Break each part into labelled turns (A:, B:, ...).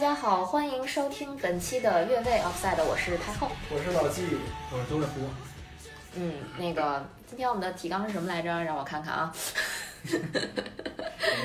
A: 家好，欢迎收听本期的越位 Offside，我是太后。
B: 我是老纪，我是东北虎。
A: 嗯，那个今天我们的提纲是什么来着？让我看看啊，
B: 人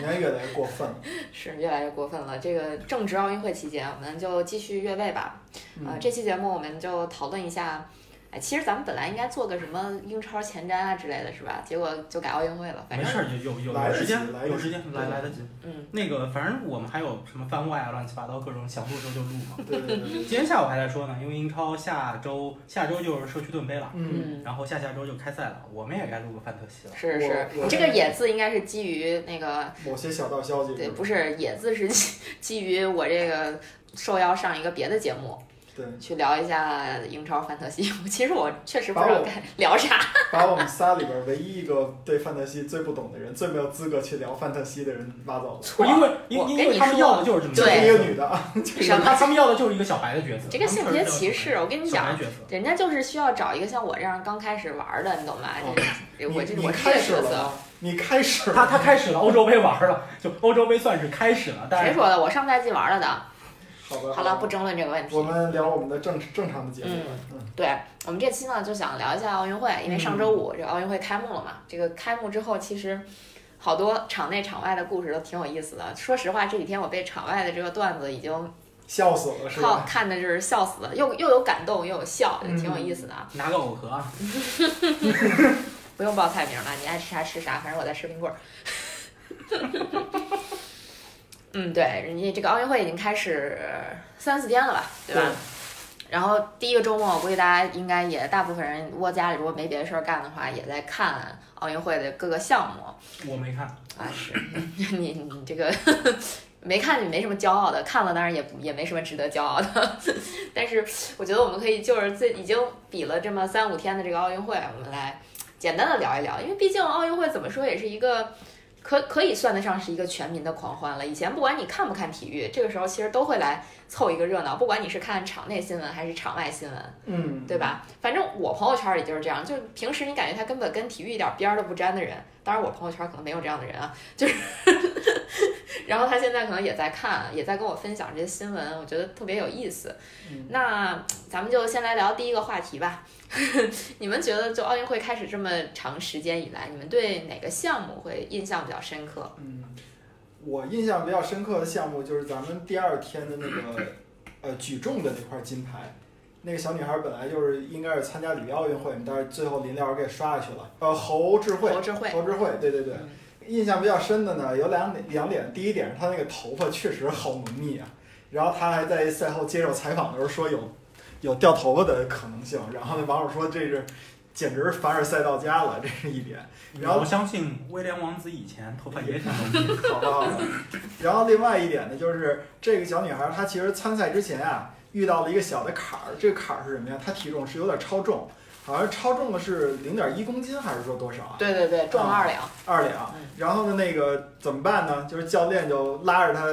B: 家越来越过分了。
A: 是越来越过分了。这个正值奥运会期间，我们就继续越位吧。
C: 嗯
B: 嗯
A: 呃，这期节目我们就讨论一下。哎，其实咱们本来应该做个什么英超前瞻啊之类的，是吧？结果就改奥运会了。反
C: 没
A: 正
C: 事，儿，有有
B: 来
C: 有
B: 得
C: 时间
B: 及来，得
C: 有
B: 及
C: 时间来
B: 对
C: 来得及。
A: 嗯，
C: 那个，反正我们还有什么番外啊，乱七八糟各种想录的时候就录 嘛。
B: 对对对对，
C: 今天下午还在说呢，因为英超下周下周就是社区盾杯了，
B: 嗯，
A: 嗯，
C: 然后下下周就开赛了，我们也该录个范特西了。
A: 是是，
B: 我
A: 你这个“野”字应该是基于那个
B: 某些小道消息
A: 对，不
B: 是
A: 是“野”字是基基于我这个受邀上一个别的节目，
B: 对，
A: 去聊一下英超范特西。 其实我确实不知
B: 把
A: 道
B: 我
A: 该聊啥。
B: 把我们仨里边唯一一个对范特西最不懂的人、最没有资格去聊范特西的人挖走了，
C: 不是因为因
A: 我
C: 因
A: 跟
C: 为
A: 你
C: 他们
A: 说
C: 要的就是这么
B: 就是
A: 对
B: 一个女的啊，
A: 什么
C: 他他们要的就是一个小白的角色。
A: 这个性别歧视，我跟你
C: 他们就是要
A: 讲
C: 小，白角色，
A: 人家就是需要找一个像我这样刚开始玩的，你懂吧？
B: 哦
A: 这
B: 你
A: 这哎我这
B: 你
A: 我是这
B: 开
A: 个
B: 始
A: 角
B: 了
A: 色。
B: 吗？你开始
C: 他
B: 了，
C: 他开始了，欧洲杯玩了，就欧洲杯算是开始了，但
A: 谁
C: 是
A: 说的？我上赛季玩了的。
B: 好吧，
A: 好了，不，争论这个问
B: 哦我
A: 题。
B: 们聊我们的正正常的节目吧，嗯，
A: 对我们这期呢，就想聊一下奥运会，因为上周
B: 嗯
A: 五这个奥运会开幕了嘛。这个开幕之后，其实好多场内场外的故事都挺有意思的。说实话，这几天我被场外的这个段子已经
B: 笑死我了是
A: 靠
B: 吧？
A: 看的就是笑死了，又又有感动又有笑，就
B: 嗯
A: 挺有意思的啊。
C: 拿个耦合啊，
A: 不用报菜名了，你爱吃啥吃啥，反正我在吃冰棍儿。 嗯，对，人家这个奥运会已经开始三四天了吧，对吧？然后第一个周末，我估计大家应该也大部分人窝家里，如果没别的事儿干的话，也在看奥运会的各个项目
C: 我没看，
A: 啊。是 你你这个没看你没什么骄傲的，看了当然也不也没什么值得骄傲的。 但是我觉得我们可以就是这已经比了这么三五天的这个奥运会，我们来简单的聊一聊，因为毕竟奥运会怎么说也是一个。可可以算得上是一个全民的狂欢了。以前不管你看不看体育，这个时候其实都会来凑一个热闹，不管你是看场内新闻还是场外新闻。
B: 嗯，
A: 对？吧？反正我朋友圈里就是这样，就是平时你感觉他根本跟体育一点边儿都不沾的人，当然我朋友圈可能没有这样的人啊，就是， 然后他现在可能也在看，也在跟我分享这些新闻，我觉得特别有意思。
B: 嗯
A: 那咱们就先来聊第一个话题吧。 你们觉得就奥运会开始这么长时间以来，你们对哪个项目会印象比较深刻？
B: 嗯，我印象比较深刻的项目就是咱们第二天的那个呃举重的那块金牌，那个小女孩本来就是应该是参加里约奥运会，但是最后临了给刷下去了。呃，侯智慧，
A: 侯智慧，
B: 侯智慧，对对对。
A: 嗯
B: 印象比较深的呢有两点，两点，第一点是她那个头发确实好浓密啊，然后她还在赛后接受采访的时候说有有掉头发的可能性，然后那网友说这是简直是凡尔赛到家了，这是一点。然后
C: 我相信威廉王子以前头发也挺浓密的。
B: 好吧，好吧。然后另外一点呢，就是这个小女孩她其实参赛之前啊，遇到了一个小的坎儿。这个坎儿是什么呀？她体重是有点超重，好像超重的是零点一公斤，还是说多少啊？
A: 对对对，中了
B: 嗯
A: 二两。
B: 二两
A: 嗯。
B: 然后呢，那个怎么办呢？就是教练就拉着她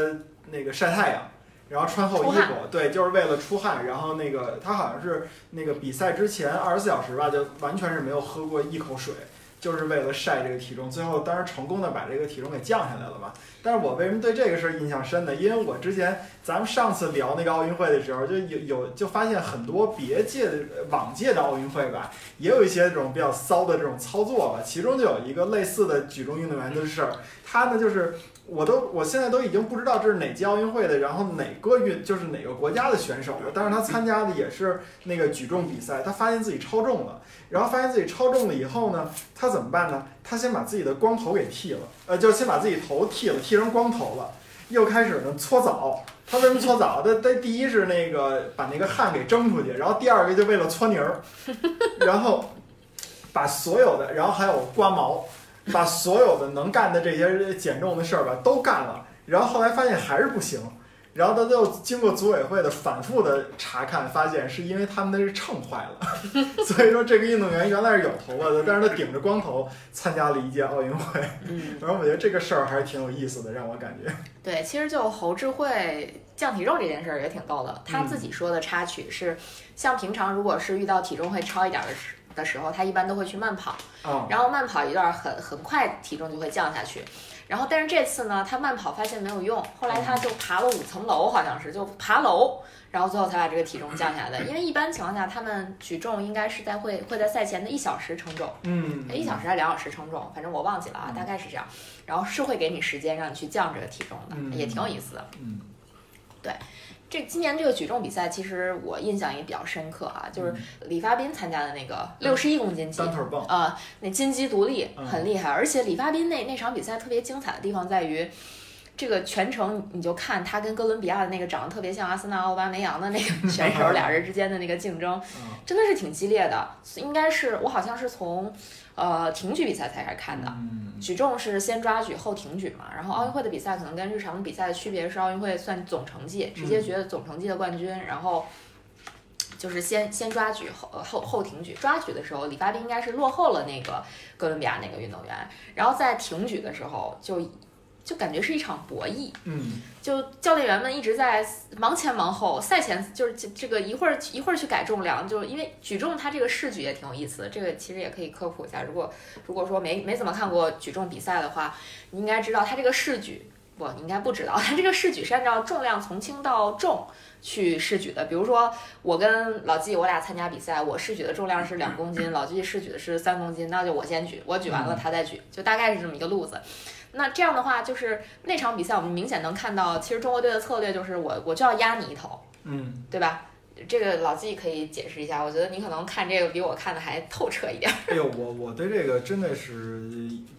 B: 那个晒太阳。然后穿厚衣
A: 出汗
B: 服，对，就是为了出汗。然后那个她好像是那个比赛之前二十四小时吧，就完全是没有喝过一口水，就是为了晒这个体重。最后当然成功的把这个体重给降下来了嘛。但是我为什么对这个事儿印象深呢？因为我之前咱们上次聊那个奥运会的时候，就有有就发现很多别届的呃往届的奥运会吧，也有一些这种比较骚的这种操作吧。其中就有一个类似的举重运动员的事儿，他呢就是。我都我现在都已经不知道这是哪届奥运会的，然后哪个运就是哪个国家的选手了。但是他参加的也是那个举重比赛，他发现自己超重了，然后发现自己超重了以后呢，他怎么办呢？他先把自己的光头给剃了，呃，就是先把自己头剃了，剃成光头了，又开始呢搓澡。他为什么搓澡？他他第一是那个把那个汗给蒸出去，然后第二个就为了搓泥儿，然后把所有的，然后还有刮毛，把所有的能干的这些减重的事儿吧都干了，然后后来发现还是不行。然后他最后经过组委会的反复的查看，发现是因为他们那是秤坏了， 所以说这个运动员原来是有头发的，但是他顶着光头参加了一届奥运会。
A: 嗯，
B: 反正我觉得这个事儿还是挺有意思的，让我感觉。
A: 对，其实就侯智慧降体重这件事儿也挺逗的。他自己说的插曲是，像平常如果是遇到体重会超一点儿的时的时候，他一般都会去慢跑，
B: 啊，
A: 然后慢跑一段很很快体重就会降下去。然后但是这次呢，他慢跑发现没有用，后来他就爬了五层楼，好像是就爬楼，然后最后才把这个体重降下来的。因为一般情况下，他们举重应该是在会会在赛前的一小时称重。
B: 嗯，
A: 哎一小时还两小时称重，反正我忘记了啊，大概是这样。然后是会给你时间让你去降这个体重的，
B: 嗯
A: 也挺有意思的。
B: 嗯，
A: 这今年这个举重比赛，其实我印象也比较深刻啊，就是李发斌参加的那个六十一公斤级。
B: 嗯单腿儿蹦，
A: 啊、那金鸡独立
B: 嗯
A: 很厉害，而且李发斌那那场比赛特别精彩的地方在于，这个全程你就看他跟哥伦比亚的那个长得特别像阿森纳奥巴梅扬的那个选手，俩人之间的那个竞争，
B: 嗯
A: 真的是挺激烈的。应该是我好像是从呃挺举比赛才开始看的，
B: 嗯
A: 举重是先抓举后挺举嘛，然后奥运会的比赛可能跟日常的比赛的区别是奥运会算总成绩，直接决总成绩的冠军，然后就是先先抓举后呃后后挺举。抓举的时候，李发斌应该是落后了那个哥伦比亚那个运动员，然后在挺举的时候就就感觉是一场博弈，
B: 嗯
A: 就教练员们一直在忙前忙后，赛前就是这这个一会儿一会儿去改重量，就是因为举重它这个试举也挺有意思的，这个其实也可以科普一下。如果如果说没没怎么看过举重比赛的话，你应该知道它这个试举，不，你应该不知道，它这个试举是按照重量从轻到重去试举的。比如说我跟老纪我俩参加比赛，我试举的重量是两公斤，老纪试举的是三公斤，那就我先举，我举完了他再举，就大概是这么一个路子。那这样的话，就是那场比赛，我们明显能看到，其实中国队的策略就是我我就要压你一头，
B: 嗯，
A: 对吧？这个老纪可以解释一下，我觉得你可能看这个比我看的还透彻一点。
B: 哎呦，我我对这个真的是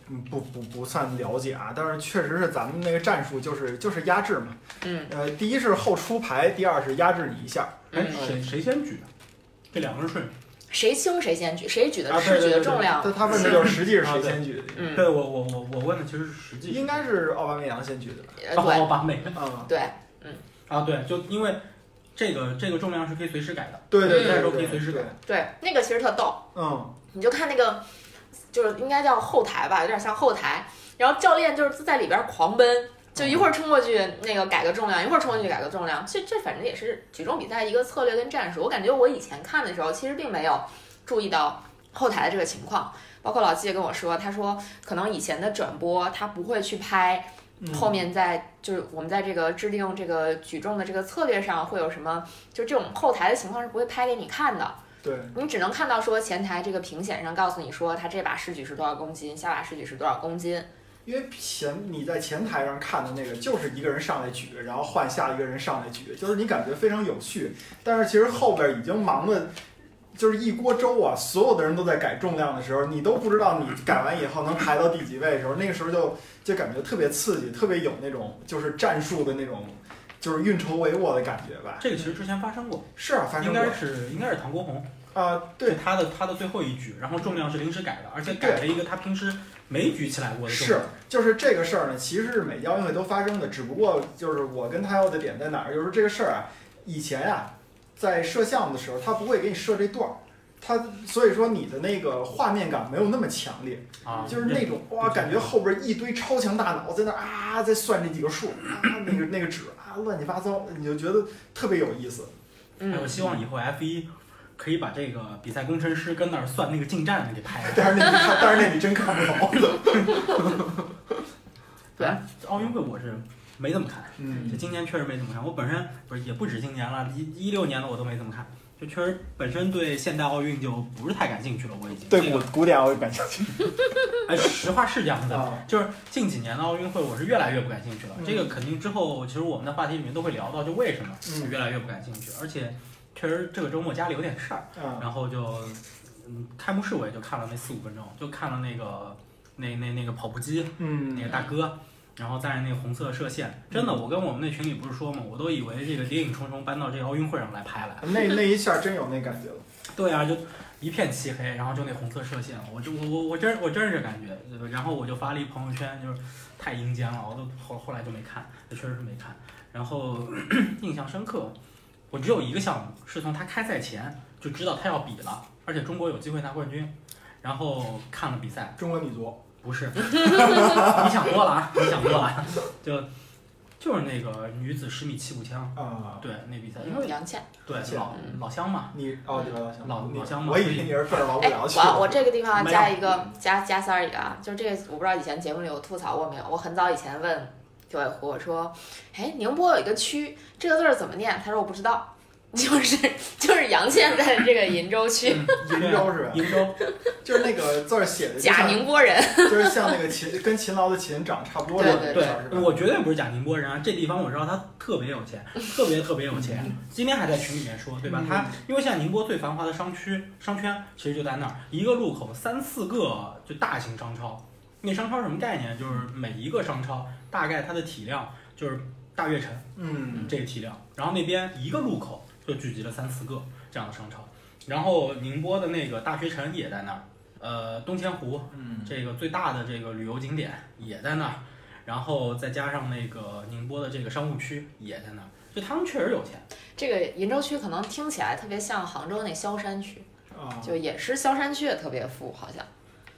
B: 嗯不不不算了解啊，但是确实是咱们那个战术就是就是压制嘛，
A: 嗯，
B: 呃，第一是后出牌，第二是压制你一下，
C: 哎，
A: 嗯
C: 谁谁先举啊？这两个人顺序。
A: 谁轻谁先举，谁举的
B: 啊，
A: 是
B: 对
A: 举
B: 对
A: 的
B: 对，
A: 重量。
B: 他他问的就是实际是
C: 啊
B: 谁
C: 对
B: 先举的，
A: 嗯，
C: 对我我我我问的其实是实际，
B: 应该是奥巴梅扬先举的吧？
A: 呃
C: 奥
A: 对
C: 巴梅
B: 啊，
A: 对，
C: 啊，对，就因为这个这个重量是可以随时改的，
B: 对对
A: 嗯
B: 对
C: 这
B: 对
C: 都可以随时
B: 对
C: 改，。
A: 对，那个其实特逗，
B: 嗯，
A: 你就看那个，就是应该叫后台吧，有点像后台。然后教练就是在里边狂奔，就一会儿冲过去那个改个重量，一会儿冲过去改个重量。这这反正也是举重比赛一个策略跟战术。我感觉我以前看的时候，其实并没有注意到后台的这个情况。包括老季也跟我说，他说可能以前的转播他不会去拍
B: 嗯
A: 后面在就是我们在这个制定这个举重的这个策略上会有什么，就这种后台的情况是不会拍给你看的，
B: 对，
A: 你只能看到说前台这个评选上告诉你说他这把试举是多少公斤，下把试举是多少公斤。
B: 因为前你在前台上看的那个就是一个人上来举，然后换下一个人上来举，就是你感觉非常有序，但是其实后边已经忙的。就是一锅粥啊！所有的人都在改重量的时候，你都不知道你改完以后能排到第几位的时候，那个时候就就感觉特别刺激，特别有那种就是战术的那种，就是运筹帷幄的感觉吧。
C: 这个其实之前发生过，
B: 是啊，发生
C: 应
B: 过
C: 该是应该是唐国红，
B: 啊，对，
C: 就他的他的最后一举，然后重量是临时改的，而且改了一个他平时没举起来过的重
B: 是
C: 量。，
B: 就是这个事儿呢，其实是每届奥运会都发生的，只不过就是我跟他要的点在哪儿，就是这个事儿啊，以前啊，在摄像的时候，他不会给你设这段儿，他所以说你的那个画面感没有那么强烈，
C: 啊，
B: 就是那种哇，感觉后边一堆超强大脑在那儿啊，在算这几个数啊，那个那个纸啊，乱七八糟，你就觉得特别有意思。
C: 哎我
A: 嗯，
C: 希望以后 F 一可以把这个比赛工程师跟那儿算那个进站的给拍了。
B: 但是那你看，但是那你真看不懂。
C: 奥运会我是没怎么看，
B: 嗯
C: 就今年确实没怎么看。我本身不是也不止今年了，一一六年的我都没怎么看，就确实本身对现代奥运就不是太感兴趣了。我已经这个
B: 古典奥啊运感兴趣
C: 哎，实话是这样的，
B: 啊，
C: 就是近几年的奥运会我是越来越不感兴趣了。
B: 嗯
C: 这个肯定之后其实我们的话题里面都会聊到，就为什么
B: 嗯
C: 越来越不感兴趣，而且确实这个周末家里有点事儿。
B: 啊
C: 然后就，嗯，开幕式我也就看了那四五分钟，就看了那个那那那个跑步机那
B: 嗯
C: 个大哥，然后在那个红色射线，真的，我跟我们那群里不是说嘛，我都以为这个《谍影重重》搬到这个奥运会上来拍来。
B: 那那一下真有那感觉了。
C: 对啊，就一片漆黑，然后就那红色射线，我就我我我真我真是这感觉，呃然后我就发了一朋友圈，就是太阴间了，我都后后来就没看，确实是没看。然后 印象深刻，我只有一个项目是从他开赛前就知道他要比了，而且中国有机会拿冠军，然后看了比赛，
B: 中国女足，
C: 不是，你想多了啊，你想多了啊，就就是那个女子十米气步枪，
B: 啊、
C: 对那比赛，因
A: 嗯
C: 为
A: 杨倩，
C: 对
B: 嗯
C: 老老 乡嘛，
B: 你哦，你老乡，
C: 老
B: 你
C: 老乡嘛
B: 我以为你是奔着王
A: 哎，
B: 不聊去
A: 我我这个地方
C: 没
A: 加
C: 有
A: 一
B: 嗯
A: 个加加三儿一个啊，就是这个我不知道以前节目里有吐槽过没有，我很早以前问九尾狐我说，哎，宁波有一个区，这个字儿怎么念？他说我不知道。 就是就是杨倩在这个鄞州区，
C: 嗯
B: 瀛州是吧？
C: 瀛啊 州，
B: 就是那个字儿写的就
A: 假
B: 像
A: 宁波人，
B: 就是像那个秦跟勤劳的勤长差不多的
A: 对
B: 那个
C: 对
B: 事儿是吧？
C: 我绝对不是假宁波人啊，这地方我知道他特别有钱，特别特别有钱。今天还在群里面说，对吧
B: 嗯？
C: 他因为现在宁波最繁华的商区商圈其实就在那儿，一个路口三四个就大型商超。那商超什么概念？就是每一个商超大概它的体量就是大悦城。
B: 嗯，
C: 这个体量，然后那边一个路口就聚集了三四个这样的商超，然后宁波的那个大学城也在那儿，呃，东钱湖
B: 嗯，
C: 这个最大的这个旅游景点也在那儿，然后再加上那个宁波的这个商务区也在那儿，就他们确实有钱，
A: 这个鄞州区可能听起来特别像杭州那萧山区，
B: 啊，
A: 就也是萧山区也特别富，好像。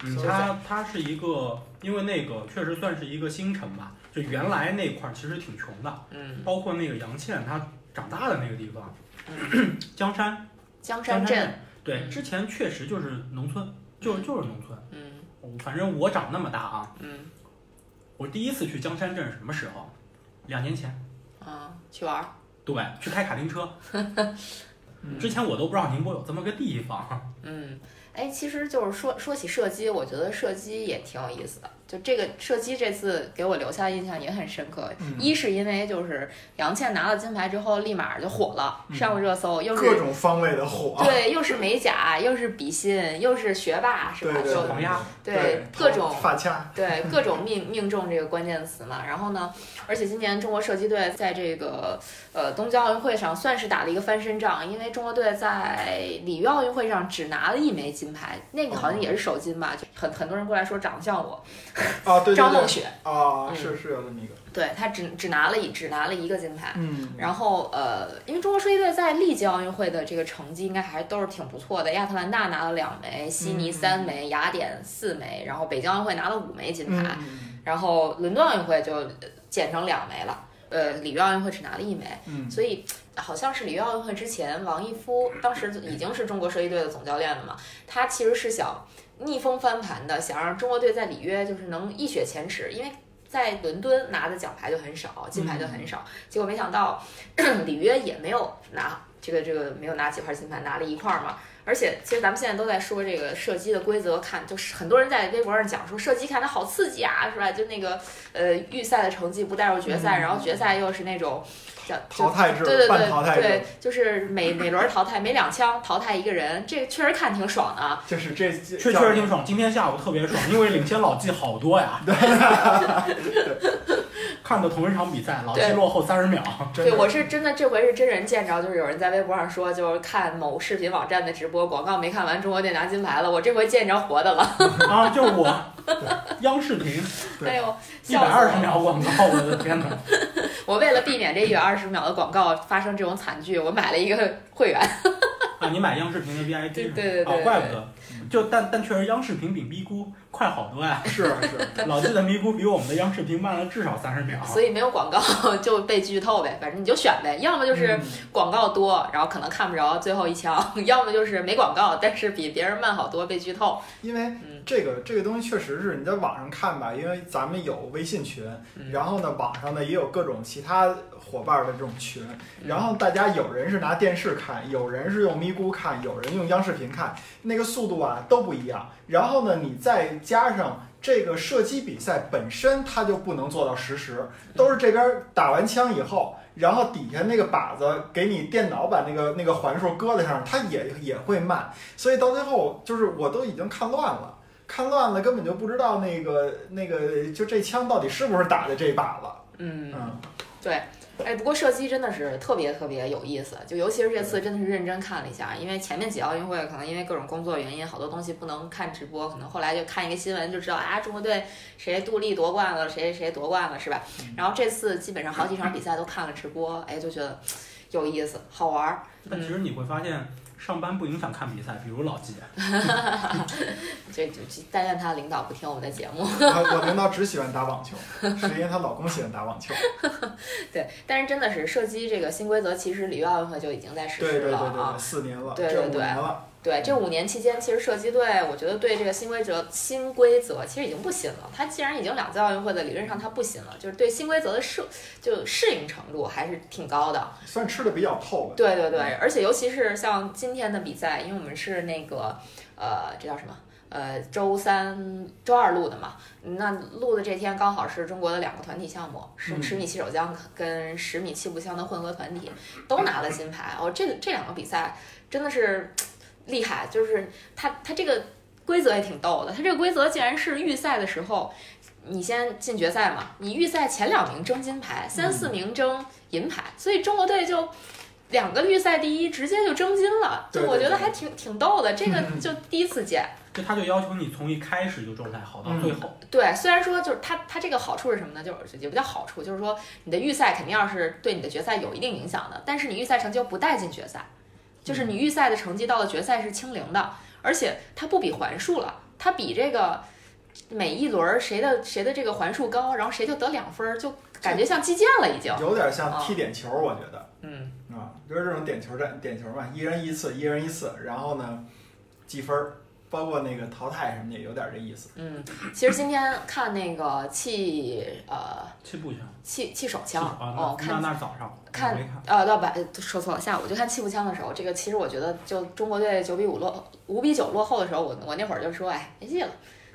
B: 所以
C: 它它嗯是一个，因为那个确实算是一个新城吧，就原来那块儿其实挺穷的，
A: 嗯，
C: 包括那个杨倩她长大的那个地方，江山
A: 嗯江山镇，
C: 对，
A: 嗯
C: 之前确实就是农村，就就是农村。
A: 嗯
C: 我反正我长那么大啊，
A: 嗯
C: 我第一次去江山镇是什么时候？两年前，
A: 啊，去玩儿，
C: 对，去开卡丁车。
B: 嗯
C: 之前我都不知道宁波有这么个地方。
A: 嗯，哎，其实就是说说起射击，我觉得射击也挺有意思的。就这个射击这次给我留下的印象也很深刻，
B: 嗯
A: 一是因为就是杨倩拿了金牌之后立马就火了，
B: 嗯
A: 上过热搜，又
B: 各
A: 是。
B: 种方位的火，啊
A: 对，又是美甲，又是比心，又是学霸，是吧？
B: 对对
A: 就
C: 小黄鸭
A: 对
B: 头
A: 各种
B: 发卡，
A: 对各种命命中这个关键词嘛。然后呢，而且今年中国射击队在这个呃东京奥运会上算是打了一个翻身仗，因为中国队在里约奥运会上只拿了一枚金牌，那个好像也是首金吧，就很很多人过来说长得像我
B: 啊，对对
A: 张
B: 对
A: 梦，雪，
B: 啊，
A: 嗯
B: 是是有那么一个，
A: 对他只只拿了一只拿了一个金牌。
B: 嗯，
A: 然后呃，因为中国射击队在历届奥运会的这个成绩应该还都是挺不错的，亚特兰大拿了两枚，悉尼
B: 嗯
A: 三枚，雅典四枚，然后北京奥运会拿了五枚金牌。
B: 嗯
A: 然后伦敦奥运会就呃减成两枚了，呃，里约奥运会只拿了一枚，
B: 嗯，
A: 所以好像是里约奥运会之前，王义夫当时已经是中国射击队的总教练了嘛，他其实是想逆风翻盘的，想让中国队在里约就是能一雪前耻，因为。在伦敦拿的奖牌就很少，金牌就很
B: 嗯
A: 少，结果没想到 里约也没有拿这个这个没有拿几块金牌，拿了一块嘛。而且其实咱们现在都在说这个射击的规则，看就是很多人在微博上讲说射击看它好刺激啊，是吧？就那个呃预赛的成绩不带入决赛，
B: 嗯
A: 然后决赛又是那种叫就
B: 淘汰制，
A: 对对
B: 半淘汰
A: 对
B: 制
A: 对，，就是每每轮淘汰每两枪淘汰一个人，这确实看挺爽的啊。
B: 就是这确
C: 确确实挺爽，今天下午特别爽，因为领先老季好多呀。看的同一场比赛，老季
A: 对
C: 落后三十秒。
A: 对，我是真的这回是真人见着，就是有人在微博上说，就是看某视频网站的直播广告没看完，中国队拿金牌了，我这回见着活的了。
C: 啊，就是我，央视频
B: 对
A: 哎呦，
C: 一
A: 笑
C: 百二
A: 死
C: 十
A: 我！
C: 秒广告，我的天哪！
A: 我为了避免这一百二十秒的广告发生这种惨剧，我买了一个会员。
C: 啊，你买央视频的 VIP
A: 对
C: 是吗
A: 对对对
C: 哦，
A: 对
C: 怪不得
B: 嗯，
C: 就但但确实央视频比咪咕快好多呀。
B: 是是，
C: 老季的咪咕比我们的央视频慢了至少三十秒。
A: 所以没有广告就被剧透呗，反正你就选呗，要么就是广告多，然后可能看不着最后一枪， 要么就是没广告，但是比别人慢好多被剧透。
B: 因为
A: 嗯
B: 这个这个东西确实是你在网上看吧，因为咱们有微信群，
A: 嗯
B: 然后呢，网上呢也有各种其他伙伴的这种群，
A: 嗯
B: 然后大家有人是拿电视看，有人是用咪咕看，有人用央视频看，那个速度啊都不一样。然后呢，你再加上这个射击比赛本身它就不能做到实时，
A: 嗯
B: 都是这边打完枪以后。然后底下那个靶子给你电脑把那个那个环数搁在上，它也也会慢，所以到最后就是我都已经看乱了。看乱了，根本就不知道那个那个，就这枪到底是不是打的这把了。
A: 嗯。
B: 嗯，
A: 哎，不过射击真的是特别特别有意思，就尤其是这次真的是认真看了一下，因为前面几届奥运会可能因为各种工作原因，好多东西不能看直播，可能后来就看一个新闻就知道啊，中国队谁杜丽夺冠了，谁谁夺冠了，是吧？
B: 嗯
A: 然后这次基本上好几场比赛都看了直播，哎，就觉得嘖有意思，好玩儿。
C: 但其实你会发现，上班不影响看比赛，比如老季，
A: 这就就但愿他领导不听我们的节目。
B: 我我领导只喜欢打网球，是因为她老公喜欢打 网球。
A: 对，但是真的是射击这个新规则，其实里约奥运会就已经在实
B: 对
A: 施
B: 对对
A: 了
B: 对
A: 啊
B: 对，。四年了，
A: 对对
B: 这五
A: 对
B: 年了，
A: 对，这五年期间，其实射击队，我觉得对这个新规则新规则其实已经不新了。它既然已经两届奥运会的，理论上它不新了，就是对新规则的适就适应程度还是挺高的。
B: 算吃的比较透吧。
A: 对对对，而且尤其是像今天的比赛，因为我们是那个呃，这叫什么？呃，周三、周二录的嘛，那录的这天刚好是中国的两个团体项目，十
C: 嗯
A: 十米气手枪跟十米气步枪的混合团体都拿了金牌。哦，这这两个比赛真的是厉害，就是它它这个规则也挺逗的，它这个规则竟然是预赛的时候。你先进决赛嘛，你预赛前两名争金牌，三四名争银牌，所以中国队就两个预赛第一直接就争金了，就
B: 对对
A: 我觉得
B: 对嗯
A: 还挺挺逗的，这个就第一次见。
C: 就他就要求你从一开始就状态好到
B: 嗯
C: 最后，
A: 对，虽然说就是它它这个好处是什么呢？就是也不叫好处，就是说你的预赛肯定要是对你的决赛有一定影响的，但是你预赛成绩又不带进决赛，就是
B: 嗯
A: 你预赛的成绩到了决赛是清零的，而且它不比环数了，它比这个每一轮儿谁的谁的这个环数高，然后谁就得两分儿，就感觉像击剑了已经。
B: 有点像
A: 啊
B: 踢点球，我觉得
A: 嗯，
B: 啊、就是这种点球战，点球嘛，一人一次，一人一次，然后呢，计分儿，包括那个淘汰什么的，也有点这意思。
A: 嗯，其实今天看那个气呃
C: 气步枪。
A: 气气手枪
C: 啊，那
A: 哦，看
C: 那那早上
A: 看
C: 我没看，
A: 呃，到晚说错了，下午就看气步枪的时候，这个其实我觉得，就中国队九比五落五比九落后的时候，我我那会儿就说，哎，没戏了，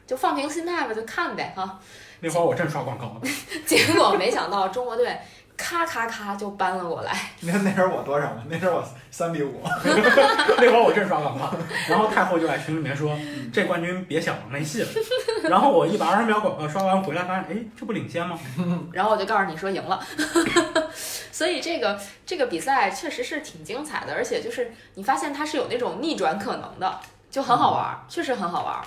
A: 就放平心态吧，就看呗哈。
C: 那会儿我正刷广告呢。
A: 结果没想到中国队咔咔咔就扳了过来，
B: 你看那时候我多少嘛？那时候我三比五，
C: 那会儿我正刷广告，然后太后就在群里面说
A: 嗯
C: 这冠军别想了，没戏了。 然后我一百二十秒广告刷完回来，发现哎，这不领先吗？
A: 然后我就告诉你说赢了。 所以这个这个比赛确实是挺精彩的，而且就是你发现它是有那种逆转可能的，就很好玩，儿，确实很好玩。儿。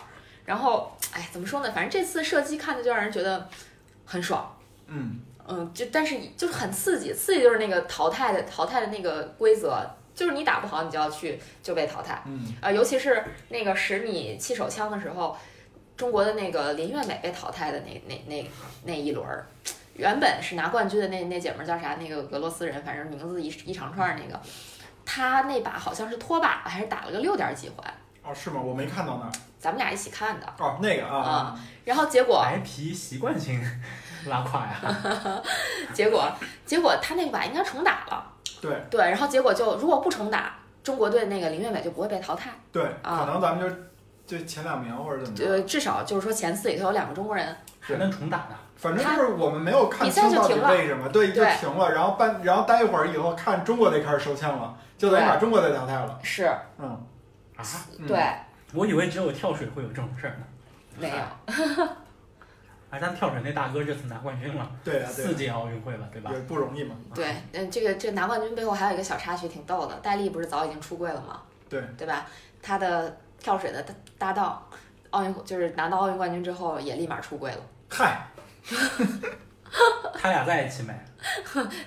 A: 然后，哎，怎么说呢？反正这次射击看的就让人觉得很爽。
B: 嗯，
A: 嗯，就但是就是很刺激，刺激就是那个淘汰的淘汰的那个规则，就是你打不好你就要去就被淘汰。
B: 嗯，
A: 呃，尤其是那个十米气手枪的时候，中国的那个林月美被淘汰的那那那那一轮儿，原本是拿冠军的那那姐们儿叫啥？那个俄罗斯人，反正名字一一长串儿那个，她那把好像是拖把还是打了个六点儿几环，
B: 哦，是吗？我没看到那儿。
A: 咱们俩一起看的。
B: 哦，那个啊，
A: 然后结果
C: 白皮习惯性 拉胯呀，
A: 结果结果他那个把应该重打了。
B: 对
A: 对，然后结果就如果不重打，中国队那个林月美就不会被淘汰。
B: 对，
A: 啊
B: 可能咱们就就前两名或者怎么
A: 呃，
B: 着，
A: 至少就是说前四里头有两个中国人。
C: 还能重打呢。
B: 反正就是我们没有看清
A: 比赛就
B: 到底
A: 停了
B: 为什么，对，就
A: 对
B: 停了。然后半，然后待一会儿以后看中国队开始收枪了，就等于
A: 对
B: 把中国队淘汰了。
A: 是
B: 嗯，
C: 啊，
B: 嗯
A: 对，，
C: 我以为只有跳水会有这种事儿呢。
A: 没有。
C: 啊，但跳水那大哥这次拿冠军了，
B: 对啊，对
C: 四
B: 啊，
C: 届奥运会了，对吧
B: 也？不容易嘛。
A: 对，嗯，这个这拿冠军背后还有一个小插曲，挺逗的。戴笠不是早已经出柜了吗？
B: 对，
A: 对吧？他的跳水的搭搭档，奥运就是拿到奥运冠军之后，也立马出柜了。
B: 嗨，
C: 他俩在一起没？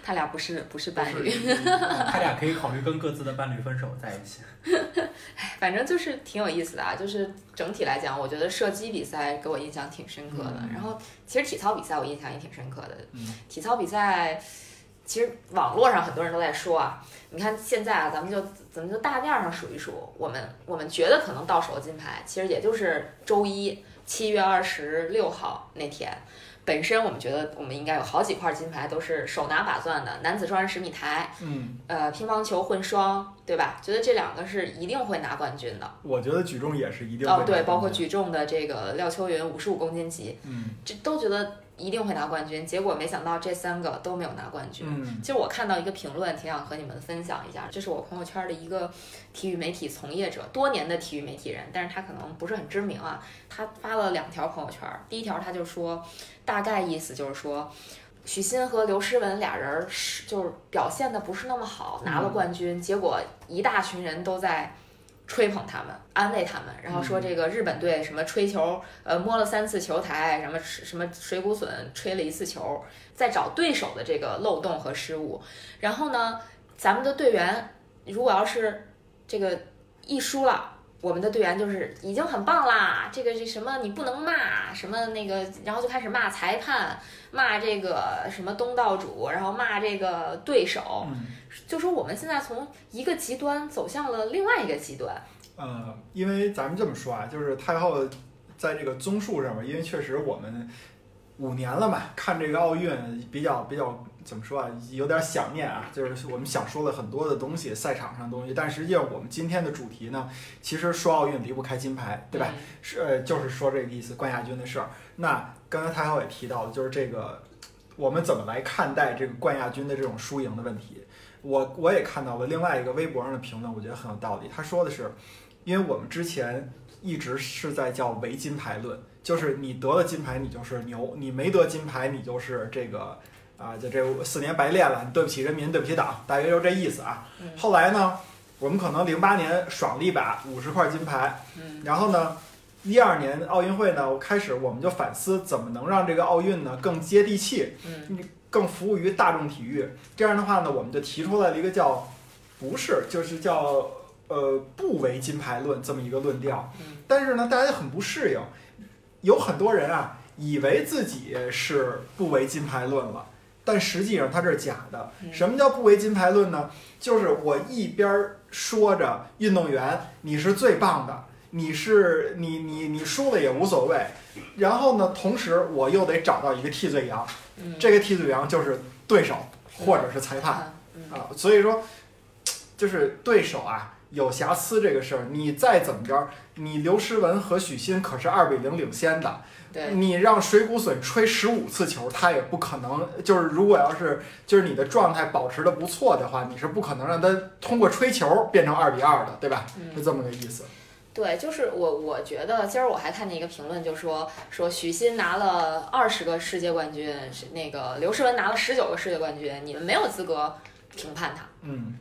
A: 他俩不是不是
B: 不
A: 伴
B: 是
A: 侣，
C: 他俩可以考虑跟各自的伴侣分手在一起。
A: 反正就是挺有意思的啊。就是整体来讲，我觉得射击比赛给我印象挺深刻的。
B: 嗯
A: 然后其实体操比赛我印象也挺深刻的。
B: 嗯
A: 体操比赛，其实网络上很多人都在说啊，你看现在啊，咱们就咱们就大面上数一数，我们我们觉得可能到手的金牌，其实也就是周一七月二十六号那天。本身我们觉得我们应该有好几块金牌都是手拿把攥的，男子双人十米台，
B: 嗯，
A: 呃，乒乓球混双，对吧？觉得这两个是一定会拿冠军的。
B: 我觉得举重也是一定会
A: 哦，对，
B: 拿
A: 包括
B: 冠军，
A: 举重的这个廖秋云五十五公斤级，
B: 嗯
A: 这都觉得一定会拿冠军，结果没想到这三个都没有拿冠军。
B: 嗯
A: 其实我看到一个评论，挺想和你们分享一下，这是我朋友圈的一个体育媒体从业者，多年的体育媒体人，但是他可能不是很知名啊。他发了两条朋友圈，第一条他就说，大概意思就是说，许昕和刘诗雯俩人是就是表现的不是那么好，拿了冠军，结果一大群人都在。吹捧他们，安慰他们，然后说这个日本队什么吹球，呃，摸了三次球台，什么什么水谷隼吹了一次球，在找对手的这个漏洞和失误。然后呢，咱们的队员如果要是这个一输了。我们的队员就是已经很棒啦，这个是什么你不能骂什么那个，然后就开始骂裁判，骂这个什么东道主，然后骂这个对手，
B: 嗯，
A: 就说我们现在从一个极端走向了另外一个极端。
B: 呃，因为咱们这么说啊，就是太后在这个综述上面，因为确实我们五年了嘛，看这个奥运比较比较怎么说啊，有点想念啊，就是我们想说了很多的东西，赛场上的东西，但实际上我们今天的主题呢，其实说奥运离不开金牌，对吧？
A: 嗯？
B: 是，呃，就是说这个意思，冠亚军的事儿。那刚才太后也提到了，就是这个我们怎么来看待这个冠亚军的这种输赢的问题。我我也看到了另外一个微博上的评论，我觉得很有道理。他说的是，因为我们之前一直是在叫唯金牌论，就是你得了金牌你就是牛，你没得金牌你就是这个啊，就这四年白练了，对不起人民，对不起党，大约就这意思啊。
A: 嗯
B: 后来呢，我们可能零八年爽了一把五十块金牌，
A: 嗯
B: 然后呢，一二年奥运会呢，我开始我们就反思怎么能让这个奥运呢更接地气，
A: 嗯
B: 更服务于大众体育。这样的话呢，我们就提出来了一个叫“不是”，就是叫呃不为金牌论这么一个论调。
A: 嗯
B: 但是呢，大家很不适应，有很多人啊以为自己是不为金牌论了。但实际上它这是假的。
A: 嗯
B: 什么叫不为金牌论呢？就是我一边儿说着运动员你是最棒的，你是你你你输了也无所谓，然后呢，同时我又得找到一个替罪羊，
A: 嗯，
B: 这个替罪羊就是对手或者是裁判。
A: 嗯
B: 啊，所以说，就是对手啊有瑕疵这个事儿，你再怎么着，你刘诗雯和许昕可是二比零领先的，
A: 对，
B: 你让水谷隼吹十五次球，他也不可能，就是如果要是就是你的状态保持的不错的话，你是不可能让他通过吹球变成二比二的，对吧？
A: 嗯
B: 是这么个意思。
A: 对，就是我，我觉得今儿我还看见一个评论，就说说许昕拿了二十个世界冠军，是那个刘诗雯拿了十九个世界冠军，你们没有资格评判她。
B: 嗯，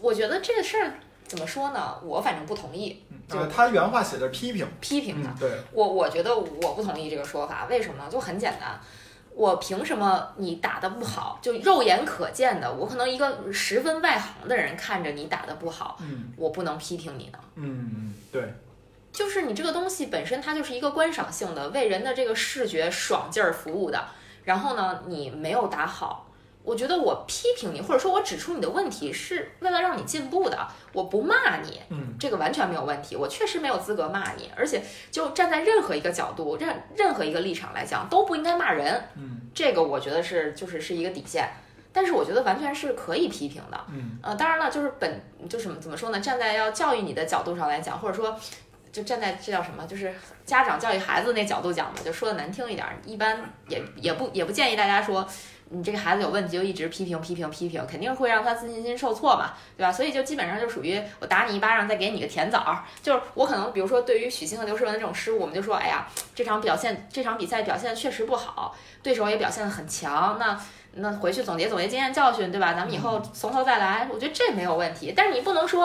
A: 我觉得这个事儿怎么说呢？我反正不同意
B: 嗯
A: 就
B: 呃他原话写的是批评，
A: 批评她。
B: 嗯，对，
A: 我我觉得我不同意这个说法，为什么呢？就很简单，我凭什么你打得不好，就肉眼可见的，我可能一个十分外行的人看着你打得不好，
B: 嗯
A: 我不能批评你呢？
B: 嗯嗯，对，
A: 就是你这个东西本身它就是一个观赏性的，为人的这个视觉爽劲儿服务的。然后呢，你没有打好，我觉得我批评你，或者说我指出你的问题，是为了让你进步的，我不骂你。
B: 嗯
A: 这个完全没有问题，我确实没有资格骂你，而且就站在任何一个角度、任任何一个立场来讲，都不应该骂人。
B: 嗯
A: 这个我觉得是就是是一个底线，但是我觉得完全是可以批评的。
B: 嗯
A: 呃，当然了，就是本就什么怎么说呢？站在要教育你的角度上来讲，或者说，就站在这叫什么，就是家长教育孩子那角度讲吧，就说的难听一点儿，一般也也不也不建议大家说你这个孩子有问题就一直批评批评批评，肯定会让他自信心受挫嘛，对吧？所以就基本上就属于我打你一巴掌，再给你个甜枣儿。就是我可能比如说对于许昕和刘诗雯的这种失误，我们就说，哎呀，这场表现这场比赛表现确实不好，对手也表现得很强，那。那回去总结总结经验教训，对吧？咱们以
B: 嗯
A: 后从头再来，我觉得这没有问题。但是你不能说，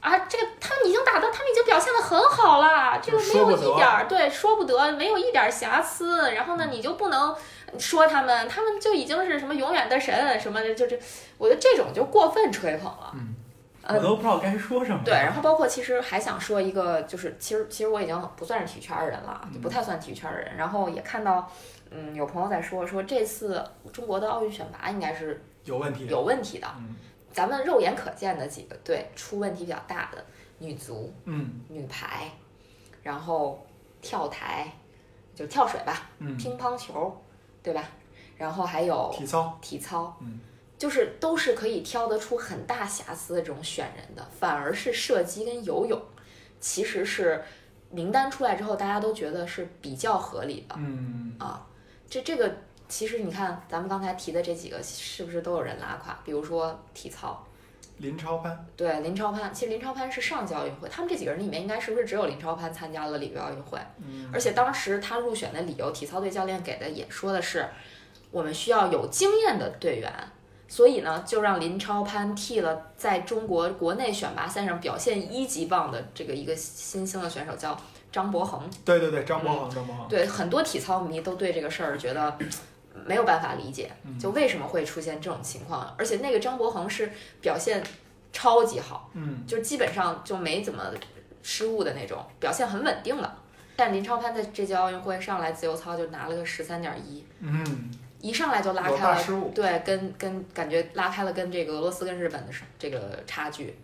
A: 啊，这个他们已经打的，他们已经表现的很好了，这个没有
B: 说不
A: 一
B: 得
A: 点儿对，说不得，没有一点儿瑕疵。然后呢，你就不能说他们，他们就已经是什么永远的神什么的，就这，我觉得这种就过分吹捧了。
B: 嗯
C: 我
A: 呃，
C: 都不知道该说什么。
A: 对，然后包括其实还想说一个，就是其实其实我已经不算是体育圈儿人了，
B: 嗯
A: 就不太算体育圈儿人。然后也看到，嗯，有朋友在说说这次中国的奥运选拔应该是
B: 有问题，
A: 有问题的，
B: 嗯
A: 咱们肉眼可见的几个队出问题比较大的，女足、
B: 嗯
A: 女排，然后跳台，就跳水吧，
B: 嗯，
A: 乒乓球，对吧？然后还有
B: 体操，
A: 体操，
B: 嗯，
A: 就是都是可以挑得出很大瑕疵的这种选人的，反而是射击跟游泳，其实是名单出来之后，大家都觉得是比较合理的
B: 嗯。
A: 啊。这这个其实你看，咱们刚才提的这几个是不是都有人拉垮？比如说体操，
B: 林超攀，
A: 对林超攀，其实林超攀是上届奥运会，他们这几个人里面应该是不是只有林超攀参加了里约奥运会？
B: 嗯
A: 而且当时他入选的理由，体操队教练给的也说的是，我们需要有经验的队员，所以呢，就让林超攀替了在中国国内选拔赛上表现一级棒的这个一个新兴的选手叫张博恒。
B: 对对对，
A: 嗯
B: 张博恒，张博恒，
A: 对，很多体操迷都对这个事儿觉得没有办法理解，
B: 嗯
A: 就为什么会出现这种情况，而且那个张博恒是表现。超级好，
B: 嗯，
A: 就基本上就没怎么失误的那种，表现很稳定了。但林超攀在这届奥运会上来自由操就拿了个十三点一，
B: 嗯，
A: 一上来就拉
B: 有
A: 开
B: 大
A: 了，
B: 失误，
A: 对，跟跟感觉拉开了跟这个俄罗斯跟日本的是这个差距，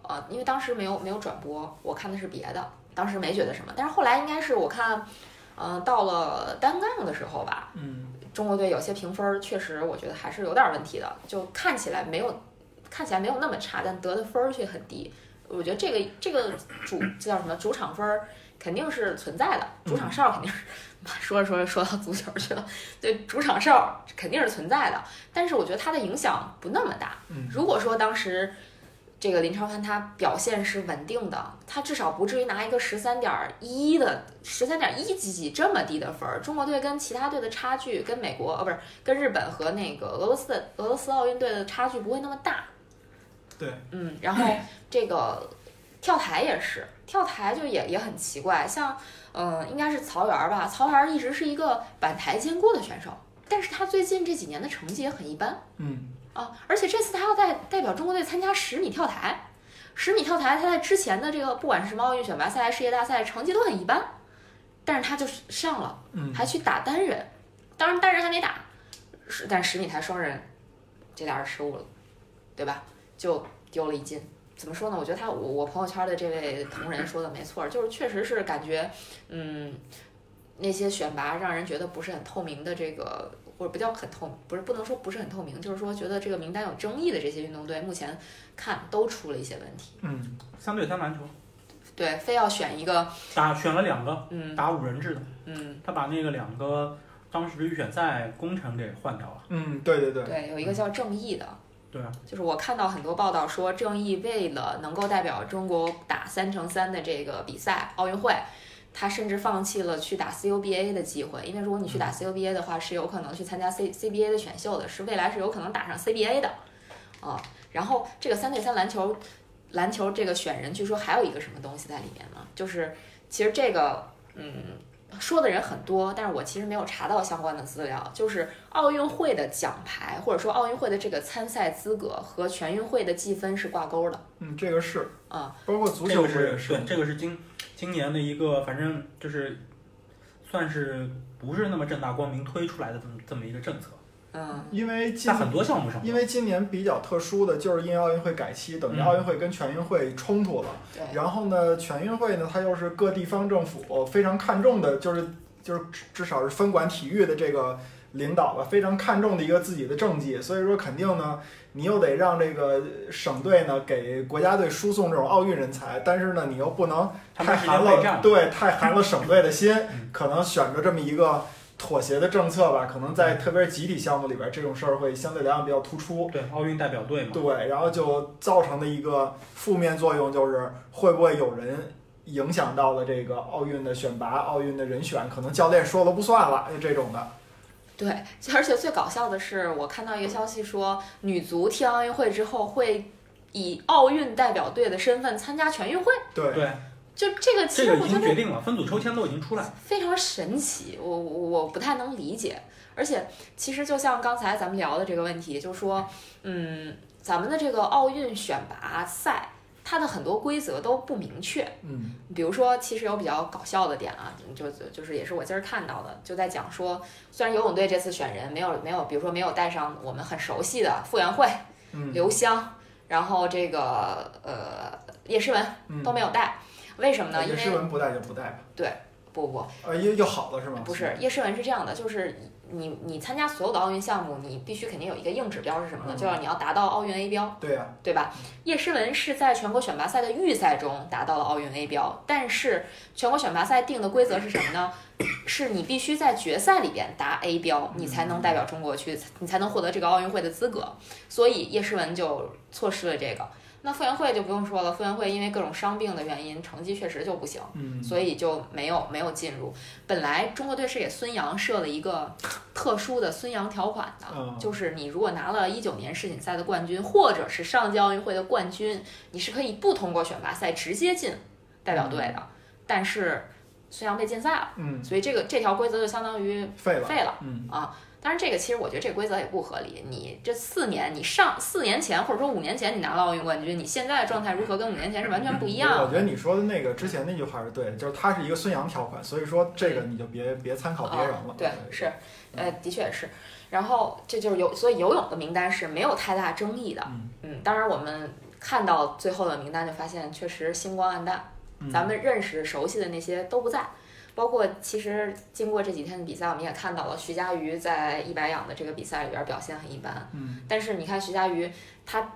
A: 呃，因为当时没有没有转播，我看的是别的，当时没觉得什么，但是后来应该是我看，嗯、到了单杠的时候吧，
B: 嗯，
A: 中国队有些评分儿确实我觉得还是有点儿问题的，就看起来没有看起来没有那么差，但得的分儿却很低。我觉得这个这个主这叫什么主场分儿肯定是存在的，主场哨肯定是。 妈说着说着说到足球去了，对，主场哨肯定是存在的，但是我觉得它的影响不那么大。
B: 嗯
A: 如果说当时这个林超凡他表现是稳定的，他至少不至于拿一个十三点一的十三点一几几这么低的分儿。中国队跟其他队的差距，跟美国呃不是跟日本和那个俄罗斯的俄罗斯奥运队的差距不会那么大。
B: 对，
A: 嗯，然后这个跳台也是，跳台就也也很奇怪，像嗯、呃应该是曹源儿吧，曹源儿一直是一个板台兼顾的选手，但是他最近这几年的成绩也很一般。
B: 嗯，
A: 啊，而且这次他要代代表中国队参加十米跳台，十米跳台他在之前的这个不管是什么奥运选拔赛、世界大赛成绩都很一般，但是他就是上了，
B: 嗯，
A: 还去打单人，当然单人还没打，是但十米台双人这俩人失误了，对吧？就丢了一金。怎么说呢？我觉得他我我朋友圈的这位同仁说的没错，就是确实是感觉，嗯，那些选拔让人觉得不是很透明的这个，或者不叫很透明，不是不能说不是很透明，就是说觉得这个名单有争议的这些运动队，目前看都出了一些问题。
B: 嗯，
C: 三对三篮球
A: 对，非要选一个，
C: 打选了两个
A: 嗯
C: 打五人制的，
A: 嗯，
C: 他把那个两个当时预选赛功臣给换掉了。
B: 嗯，对对对，
A: 对，有一个叫正义的，
C: 对啊，
A: 就是我看到很多报道说，郑毅为了能够代表中国打三乘三的这个比赛奥运会，他甚至放弃了去打 CUBA 的机会，因为如果你去打 CUBA 的话，是有可能去参加 C CBA 的选秀的，是未来是有可能打上 CBA 的，啊，然后这个三对三篮球，篮球这个选人，据说还有一个什么东西在里面呢？就是其实这个，嗯。说的人很多，但是我其实没有查到相关的资料。就是奥运会的奖牌，或者说奥运会的这个参赛资格和全运会的积分是挂钩的
B: 嗯，这个是，
A: 啊、
B: 包括足
C: 这
B: 球
C: 个
B: 不也
C: 是
B: 是
C: 对，
B: 吗，
C: 这个是今今年的一个，反正就是算是不是那么正大光明推出来的这么这么一个政策，
A: 嗯，
B: 因为今
C: 在很多项目上，
B: 因为今年比较特殊的就是因为奥运会改期，等于
C: 嗯
B: 奥运会跟全运会冲突了。
A: 对，
B: 然后呢，全运会呢，它又是各地方政府呃非常看重的，就是就是至至少是分管体育的这个领导吧，非常看重的一个自己的政绩，所以说肯定呢，你又得让这个省队呢给国家队输送这种奥运人才，但是呢，你又不能
C: 他
B: 太
C: 们时
B: 寒
C: 间备战
B: 了，
C: 了，
B: 对，太寒了省队的心
C: 嗯，
B: 可能选择这么一个妥协的政策吧，可能在特别是集体项目里边，这种事儿会相对来讲比较突出。
C: 对奥运代表队嘛，
B: 对，然后就造成的一个负面作用就是，会不会有人影响到了这个奥运的选拔、奥运的人选？可能教练说了不算了，就这种的。
A: 对，而且最搞笑的是，我看到一个消息说，女足踢奥运会之后会以奥运代表队的身份参加全运会，
B: 对，
C: 对，
A: 就这个其
C: 这
A: 实
C: 个
A: 我
C: 已
A: 觉
C: 经
A: 得
C: 决定了，分组抽签都已经出来了，
A: 非常神奇，我我我不太能理解。而且其实就像刚才咱们聊的这个问题，就说，嗯，咱们的这个奥运选拔赛，它的很多规则都不明确。
B: 嗯
A: 比如说，其实有比较搞笑的点啊，就就就是也是我今儿看到的，就在讲说，虽然游泳队这次选人没有没有，比如说没有带上我们很熟悉的傅园慧、
B: 嗯
A: 刘湘，然后这个呃叶诗文
B: 嗯，哦
A: 都没有带，为什么呢？因
B: 叶诗
A: 为
B: 文不带就不带吧，
A: 不不，
B: 呃，又又好了是吗？
A: 不是，叶诗文是这样的，就是你你参加所有的奥运项目，你必须肯定有一个硬指标是什么呢？
B: 嗯
A: 就是你要达到奥运 A 标。
B: 对呀、
A: 对吧？叶诗文是在全国选拔赛的预赛中达到了奥运 A 标，但是全国选拔赛定的规则是什么呢？ 是你必须在决赛里边达 A 标，你才能代表中国去，你才能获得这个奥运会的资格。所以叶诗文就错失了这个。那傅园慧就不用说了，傅园慧因为各种伤病的原因，成绩确实就不行，
B: 嗯，
A: 所以就没有没有进入。本来中国队是给孙杨设了一个特殊的孙杨条款的，
B: 嗯
A: 就是你如果拿了一九年世锦赛的冠军，或者是上届奥运会的冠军，你是可以不通过选拔赛直接进代表队的。但是孙杨被禁赛了，
B: 嗯
A: 所以这个这条规则就相当于
B: 废了，
A: 废了。啊
B: 嗯
A: 当然，这个其实我觉得这个规则也不合理。你这四年，你上四年前或者说五年前你拿到奥运冠军，你现在的状态如何跟五年前是完全不一样
B: 我
A: 的。
B: 觉得你说的那个之前那句话是对，的，就是它是一个孙杨条款，所以说这个你就别别参考别人嗯
A: 哦。
B: 了
A: 对，是，呃，的确是。然后这就是游，所以游泳的名单是没有太大争议的。
B: 嗯
A: 嗯，当然我们看到最后的名单就发现，确实星光黯淡，
B: 嗯
A: 咱们认识熟悉的那些都不在。包括其实经过这几天的比赛，我们也看到了徐嘉余在一百仰的这个比赛里边表现很一般。
B: 嗯，
A: 但是你看徐嘉余，他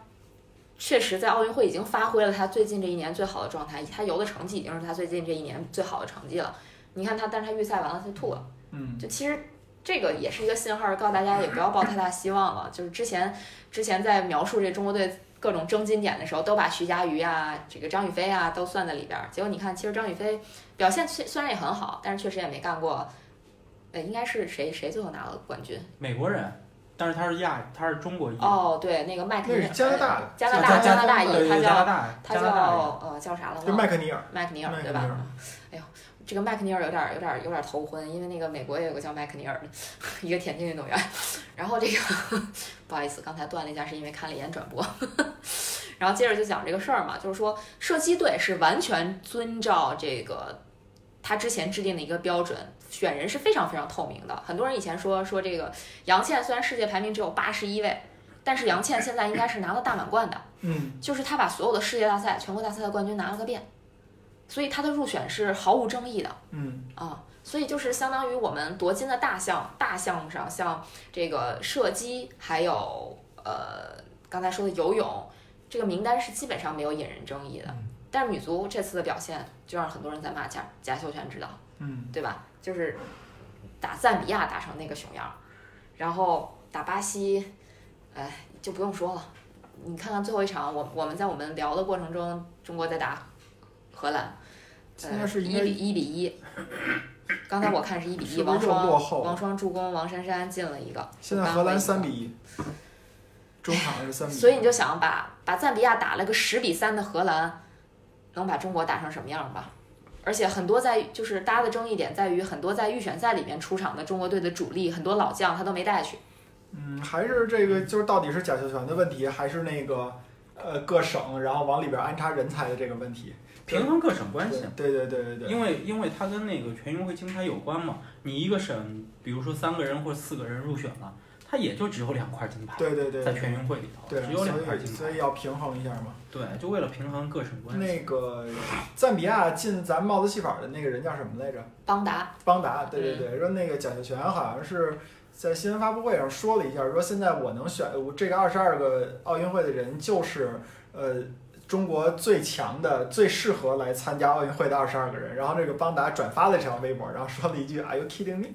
A: 确实在奥运会已经发挥了他最近这一年最好的状态，他游的成绩已经是他最近这一年最好的成绩了。你看他，但是他预赛完了他吐了，
B: 嗯
A: 就其实这个也是一个信号，告诉大家也不要抱太大希望了。就是之前之前在描述这中国队各种争金点的时候，都把徐嘉余啊、这个张雨霏啊都算在里边儿。结果你看，其实张雨霏表现虽虽然也很好，但是确实也没干过。呃，应该是谁谁最后拿了冠军？
C: 美国人，但是他是亚，他是中国裔，
A: 哦，对，那个麦克
B: 那
A: 尼
B: 是
A: 尔，
B: 加拿大的，
A: 加拿
C: 嗯哦加
A: 大
C: 加
A: 加拿大裔，
C: 对
A: 他
C: 对加拿
A: 叫
C: 大，
A: 他
C: 加拿大人
A: 叫呃叫啥了？
B: 就
A: 忘
B: 麦
A: 了
B: 克尼尔，
A: 麦克尼尔
B: 麦克
A: 对
B: 尼
A: 吧
B: 尔？
A: 哎呦，这个麦克尼尔有点儿有点儿有点儿头昏，因为那个美国也有个叫麦克尼尔的一个田径运动员。然后这个 不好意思，刚才断了一下，是因为看了一眼转播。 然后接着就讲这个事儿嘛，就是说射击队是完全遵照这个他之前制定的一个标准，选人是非常非常透明的。很多人以前说说这个杨倩虽然世界排名只有八十一位，但是杨倩现在应该是拿了大满贯的。
B: 嗯，
A: 就是他把所有的世界大赛、全国大赛的冠军拿了个遍，所以他的入选是毫无争议的
B: 嗯
A: 啊。所以就是相当于我们夺金的大项大项目上，像这个射击，还有呃刚才说的游泳，这个名单是基本上没有引人争议的
B: 嗯。
A: 但是女足这次的表现就让很多人在骂贾贾秀全指导。
B: 嗯
A: 对吧？就是打赞比亚打成那个熊样儿，然后打巴西，哎，就不用说了。你看看最后一场，我我们在我们聊的过程中，中国在打荷兰，
B: 现在
A: 呃，
B: 是应
A: 一
B: 该
A: 比一比一。刚才我看是一比
B: 是
A: 一，
B: 不
A: 王
B: 是又
A: 双
B: 落后
A: 王双助攻，王珊珊进了一个，
B: 现在荷兰三比一，中场是三比一，
A: 所以你就想把把赞比亚打了个十比三的荷兰，能把中国打成什么样吧？而且很多在就是大家的争议点在于，很多在预选赛里面出场的中国队的主力，很多老将他都没带去。
B: 嗯，还是这个就是到底是贾秀全的问题，还是那个呃各省然后往里边安插人才的这个问题？
C: 平衡各省关系。
B: 对对对对对，
C: 因为因为它跟那个全运会金牌有关嘛，你一个省，比如说三个人或四个人入选了，它也就只有两块金牌，
B: 对对对
C: 在
B: 对
C: 全运会里头
B: 对，
C: 只有两
B: 所
C: 块
B: 以
C: 金
B: 所以
C: 牌，
B: 要平衡一下嘛。
C: 对，就为了平衡各省关系。
B: 那个赞比亚进咱帽子戏法的那个人叫什么来着？
A: 邦达，
B: 邦达，对
A: 嗯
B: 对对，说那个贾秀全好像是在新闻发布会上说了一下，说现在我能选我这个二十二个奥运会的人，就是呃中国最强的、最适合来参加奥运会的二十二个人。然后这个邦达转发了这条微博，然后说了一句 “Are you kidding me？”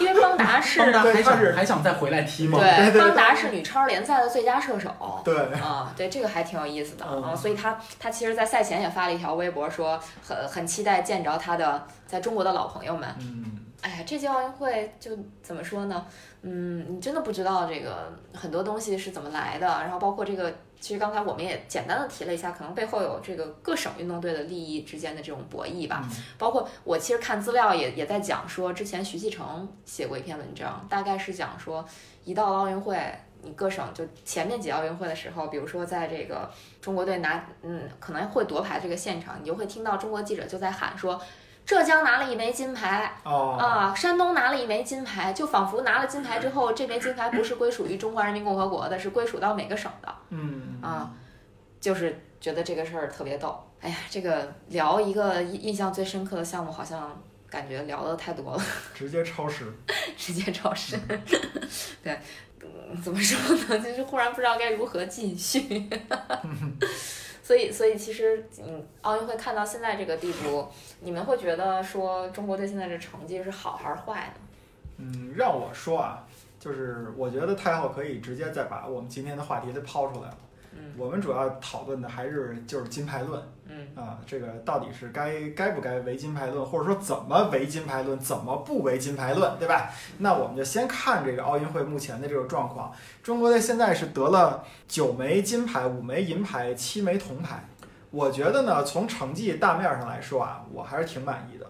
A: 因为邦达 是
C: 邦达
B: 对
C: 还
B: 他是
C: 想还想再回来踢吗？
B: 对对
A: 邦达是女超联赛的最佳射手。
B: 对，
A: 啊、对，这个还挺有意思的
B: 嗯
A: 啊、所以他他其实，在赛前也发了一条微博说，很很期待见着他的在中国的老朋友们。
B: 嗯，
A: 哎呀，这届奥运会就怎么说呢？嗯，你真的不知道这个很多东西是怎么来的，然后包括这个，其实刚才我们也简单的提了一下，可能背后有这个各省运动队的利益之间的这种博弈
B: 嗯
A: 吧。包括我其实看资料也也在讲说，之前徐继成写过一篇文章，大概是讲说，一到奥运会，你各省就前面几奥运会的时候，比如说在这个中国队拿嗯可能会夺牌这个现场，你就会听到中国记者就在喊说，浙江拿了一枚金牌。
B: 哦，
A: 啊，山东拿了一枚金牌，就仿佛拿了金牌之后，这枚金牌不是归属于中华人民共和国的，是归属到每个省的，
B: 嗯
A: 啊，就是觉得这个事儿特别逗。哎呀，这个聊一个印印象最深刻的项目，好像感觉聊的太多了，
B: 直接超时，
A: 直接超时。对，嗯怎么说呢？就是忽然不知道该如何继续。所以，所以其实，嗯，奥运会看到现在这个地步，你们会觉得说中国队现在这成绩是好还是坏呢？
B: 嗯，让我说啊，就是我觉得太后可以直接再把我们今天的话题再抛出来了。
A: 嗯
B: 我们主要讨论的还是就是金牌论
A: 嗯
B: 啊，这个到底是该该不该唯金牌论，或者说怎么唯金牌论，怎么不唯金牌论，对吧？那我们就先看这个奥运会目前的这个状况。中国队现在是得了九枚金牌、五枚银牌、七枚铜牌。我觉得呢，从成绩大面上来说啊，我还是挺满意的。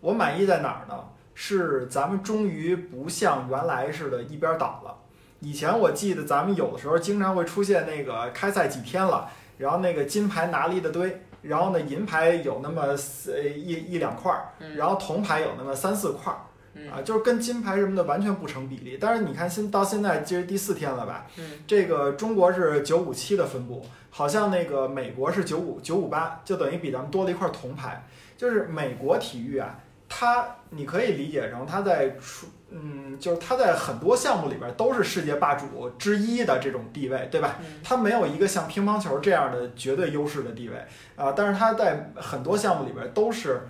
B: 我满意在哪儿呢？是咱们终于不像原来似的一边倒了。以前我记得咱们有的时候经常会出现那个开赛几天了，然后那个金牌拿了一大堆，然后呢银牌有那么四呃一一两块儿，
A: 嗯
B: 然后铜牌有那么三四块儿。
A: 嗯
B: 啊，就是跟金牌什么的完全不成比例。但是你看现到现在，这是第四天了吧？
A: 嗯
B: 这个中国是九五七的分布，好像那个美国是九五九五八，就等于比咱们多了一块铜牌。就是美国体育啊，它你可以理解成它在出，嗯，就是它在很多项目里边都是世界霸主之一的这种地位，对吧？
A: 嗯
B: 它没有一个像乒乓球这样的绝对优势的地位啊、但是它在很多项目里边都是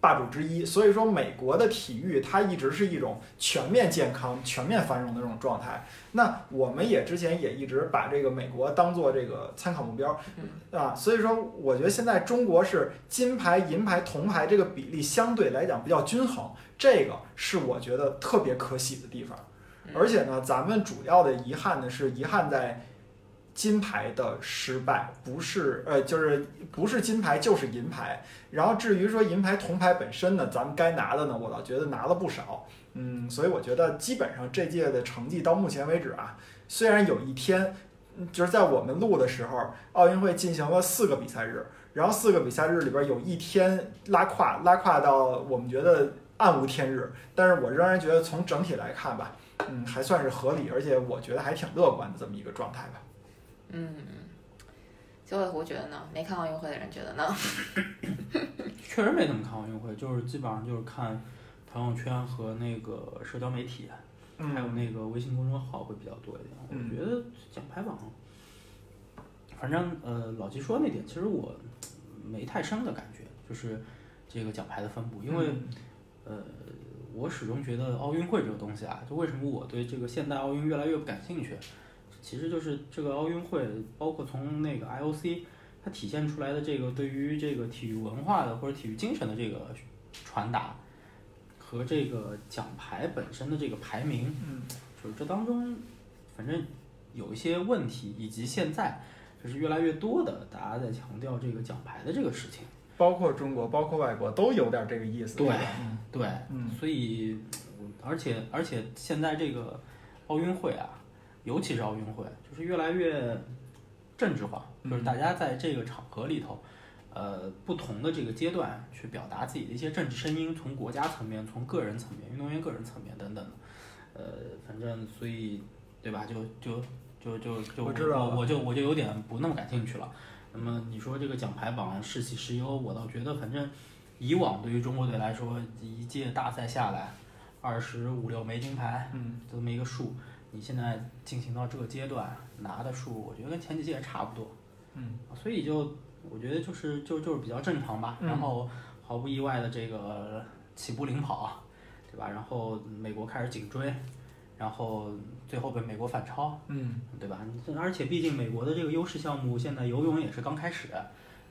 B: 霸主之一。所以说，美国的体育它一直是一种全面健康、全面繁荣的这种状态。那我们也之前也一直把这个美国当做这个参考目标啊，所以说我觉得现在中国是金牌、银牌、铜牌这个比例相对来讲比较均衡，这个是我觉得特别可喜的地方。
A: 嗯
B: 而且呢，咱们主要的遗憾呢是遗憾在金牌的失败，不是呃，就是不是金牌就是银牌。然后至于说银牌、铜牌本身呢，咱们该拿的呢，我倒觉得拿了不少。嗯，所以我觉得基本上这届的成绩到目前为止啊，虽然有一天。嗯就是在我们录的时候，奥运会进行了四个比赛日，然后四个比赛日里边有一天拉胯，拉胯到我们觉得暗无天日，但是我仍然觉得从整体来看吧，嗯，还算是合理，而且我觉得还挺乐观的这么一个状态吧。
A: 嗯，嗯九尾狐觉得呢？没看奥运会的人觉得呢？
C: 确实没怎么看奥运会，就是基本上就是看朋友圈和那个社交媒体，啊还有那个微信公众号会比较多一点。
B: 嗯
C: 我觉得奖牌榜，反正呃老季说那点，其实我没太深的感觉，就是这个奖牌的分布，因为、
B: 嗯
C: 呃我始终觉得奥运会这个东西啊，就为什么我对这个现代奥运越来越不感兴趣，其实就是这个奥运会，包括从那个 IOC。它体现出来的这个对于这个体育文化的或者体育精神的这个传达，和这个奖牌本身的这个排名，
B: 嗯
C: 就是这当中，反正有一些问题，以及现在就是越来越多的大家在强调这个奖牌的这个事情。
B: 包括中国，包括外国都有点这个意思。
C: 对
B: 是吧嗯
C: 对，
B: 嗯
C: 所以，嗯而且而且现在这个奥运会啊，尤其是奥运会，就是越来越政治化，
B: 嗯
C: 就是大家在这个场合里头，呃，不同的这个阶段去表达自己的一些政治声音，从国家层面、从个人层面、运动员个人层面等等的，呃，反正所以对吧？就就就就就
B: 我知道了
C: 我我就我就有点不那么感兴趣了。那么你说这个奖牌榜是喜是忧，我倒觉得反正以往对于中国队来说，一届大赛下来，二十五六枚金牌，
B: 嗯
C: 这么一个数，你现在进行到这个阶段拿的数，我觉得跟前几届也差不多，
B: 嗯
C: 所以就我觉得就是就就是比较正常吧。
B: 嗯
C: 然后毫不意外的这个起步领跑，对吧？然后美国开始紧追，然后最后被美国反超，
B: 嗯
C: 对吧？而且毕竟美国的这个优势项目现在游泳也是刚开始，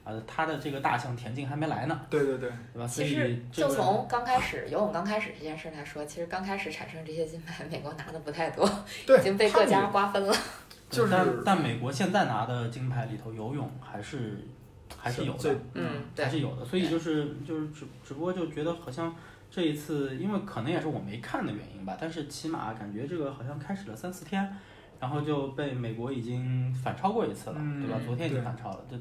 C: 呃，它的这个大项田径还没来呢，
B: 对对对，
C: 对吧？所
A: 其
C: 以
A: 实
C: 这
A: 就
C: 个
A: 从刚开始游泳刚开始这件事来说，其实刚开始产生这些金牌，美国拿的不太多，
B: 对
A: 已经被
B: 他
A: 各
B: 们
A: 家瓜分了。
B: 就是
C: 但但美国现在拿的金牌里头，游泳还是还是有
B: 最
C: 的，
A: 嗯，对
C: 还，是有的。所以就是就是只只不过就觉得好像这一次，因为可能也是我没看的原因吧，但是起码感觉这个好像开始了三四天，然后就被美国已经反超过一次了，
B: 嗯
C: 对吧？昨天已经
B: 对
C: 反超了，对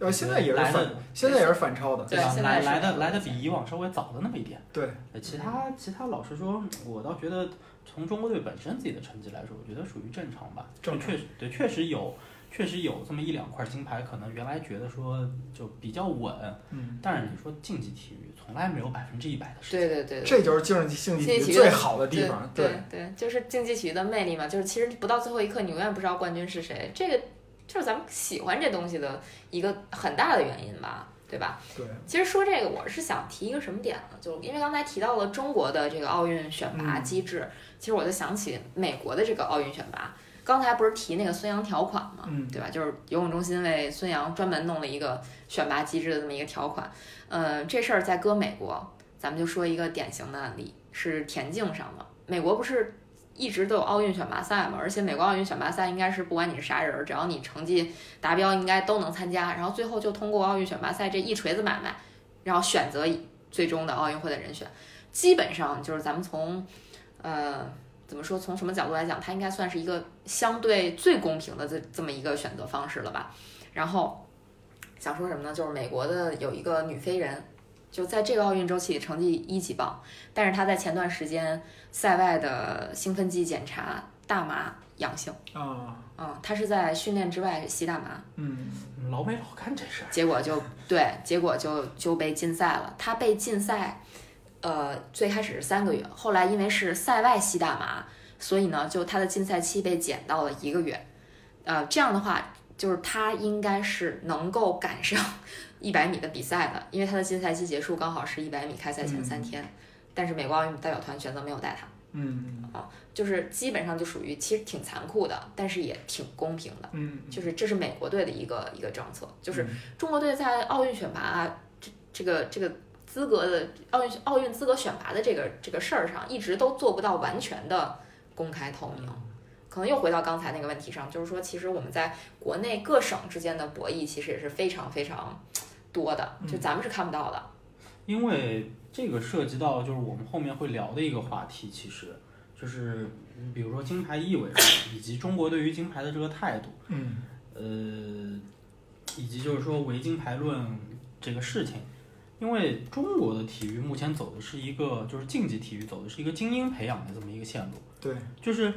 B: 呃现在也是
C: 来
B: 反
C: 的，
B: 现在也是反超的。
A: 对
C: 吧？
A: 现在
C: 来
A: 是
C: 来的
A: 反
C: 来的
A: 超
C: 比以往稍微早了那么一点。
B: 对，
C: 呃，其他其他老实说，我倒觉得从中国队本身自己的成绩来说，我觉得属于正常吧。
B: 正常
C: 确实对，确实有确实有这么一两块金牌，可能原来觉得说就比较稳，
B: 嗯，
C: 但是你说竞技体育从来没有百分之一百的事情。
A: 对对对对。
B: 这就是竞技竞技
A: 竞技体育
B: 最好的地方。
A: 对对，就是竞技体育的魅力嘛，就是其实不到最后一刻，你永远不知道冠军是谁，这个就是咱们喜欢这东西的一个很大的原因吧，对吧？
B: 对，
A: 其实说这个，我是想提一个什么点呢？就因为刚才提到了中国的这个奥运选拔
B: 嗯
A: 机制，其实我就想起美国的这个奥运选拔。刚才不是提那个孙杨条款吗？
B: 嗯
A: 对吧？就是游泳中心为孙杨专门弄了一个选拔机制的这么一个条款。呃，这事儿在搁美国，咱们就说一个典型的案例是田径上的。美国不是一直都有奥运选拔赛嘛，而且美国奥运选拔赛应该是不管你是啥人儿，只要你成绩达标，应该都能参加。然后最后就通过奥运选拔赛这一锤子买卖，然后选择最终的奥运会的人选。基本上就是咱们从，呃，怎么说？从什么角度来讲，它应该算是一个相对最公平的这这么一个选择方式了吧？然后想说什么呢？就是美国的有一个女飞人，就在这个奥运周期里成绩一级棒，但是她在前段时间赛外的兴奋剂检查大麻阳性，
B: 啊，
A: 嗯，她是在训练之外吸大麻，
B: 嗯，
C: 老美老干这事儿，
A: 结果就对，结果就就被禁赛了。他被禁赛，呃，最开始是三个月，后来因为是赛外吸大麻，所以呢，就他的禁赛期被减到了一个月。呃，这样的话，就是他应该是能够赶上一百米的比赛的，因为他的禁赛期结束刚好是一百米开赛前三天。但是美国奥运代表团选择没有带他，
B: 嗯，
A: 就是基本上就属于其实挺残酷的，但是也挺公平的。
B: 嗯，
A: 就是这是美国队的一个一个政策，就是
B: 嗯
A: 中国队在奥运选拔、啊这这个这个资格的奥运奥运资格选拔的这个这个事儿上，一直都做不到完全的公开透明。可能又回到刚才那个问题上，就是说，其实我们在国内各省之间的博弈，其实也是非常非常多的，就咱们是看不到的。
C: 因为这个涉及到就是我们后面会聊的一个话题，其实就是嗯比如说金牌意味着什么，以及中国对于金牌的这个态度，
B: 嗯，
C: 呃，以及就是说唯金牌论这个事情，因为中国的体育目前走的是一个就是竞技体育走的是一个精英培养的这么一个线路，
B: 嗯对，
C: 就是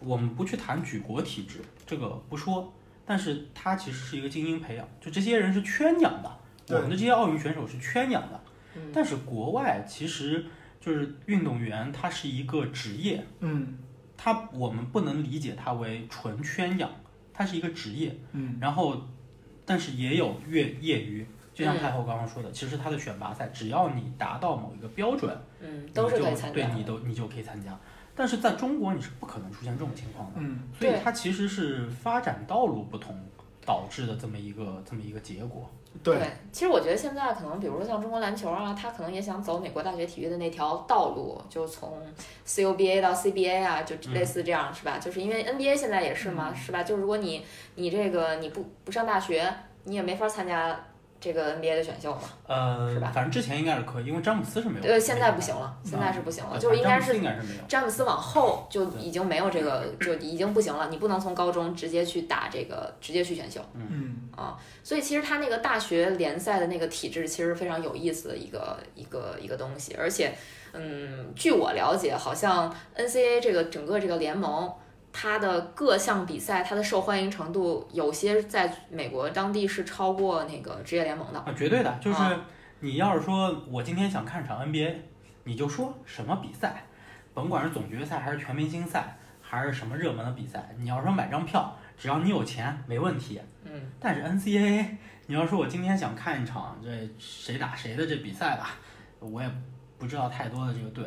C: 我们不去谈举国体制这个不说，但是它其实是一个精英培养，就这些人是圈养的，
B: 对
C: 我们的这些奥运选手是圈养的，
A: 嗯
C: 但是国外其实就是运动员他是一个职业，
B: 嗯，
C: 他我们不能理解他为纯圈养，他是一个职业。
B: 嗯，
C: 然后，但是也有业业余，就
A: 嗯
C: 像太后刚刚说的，其实他的选拔赛，只要你达到某一个标准，
A: 嗯，都是可以参
C: 你就
A: 加
C: 对你
A: 的。
C: 都你就可以参加。但是在中国，你是不可能出现这种情况的，
B: 嗯，
C: 所以
A: 对
C: 它其实是发展道路不同导致的这么一个这么一个结果。
B: 对，
A: 其实我觉得现在可能，比如说像中国篮球啊，他可能也想走美国大学体育的那条道路，就从 CUBA 到 CBA 啊，就
C: 嗯
A: 类似这样、是吧？就是因为 NBA 现在也是嘛，是吧？就是如果你你这个你不不上大学，你也没法参加这个 NBA 的选秀嘛。
C: 呃
A: 是吧，
C: 反正之前应该是可以，因为詹姆斯是没有。啊呃
A: 呃，现在不行了，现在是不行了，就是应该
C: 詹姆斯
A: 是
C: 应该是没有。
A: 詹姆斯往后就已经没有这个，就已经不行了，你不能从高中直接去打这个，直接去选秀。
B: 嗯，
A: 啊所以其实他那个大学联赛的那个体制其实非常有意思的一个一个一个东西，而且，嗯，据我了解，好像 NCAA 这个整个这个联盟，它的各项比赛它的受欢迎程度，有些在美国当地是超过那个职业联盟的。
C: 啊，绝对的，就是
A: 啊
C: 你要是说我今天想看场 NBA，你就说什么比赛，甭管是总决赛还是全明星赛，还是什么热门的比赛，你要说买张票，只要你有钱没问题。
A: 嗯，
C: 但是 NCAA，你要说我今天想看一场这谁打谁的这比赛吧，我也不知道太多的这个队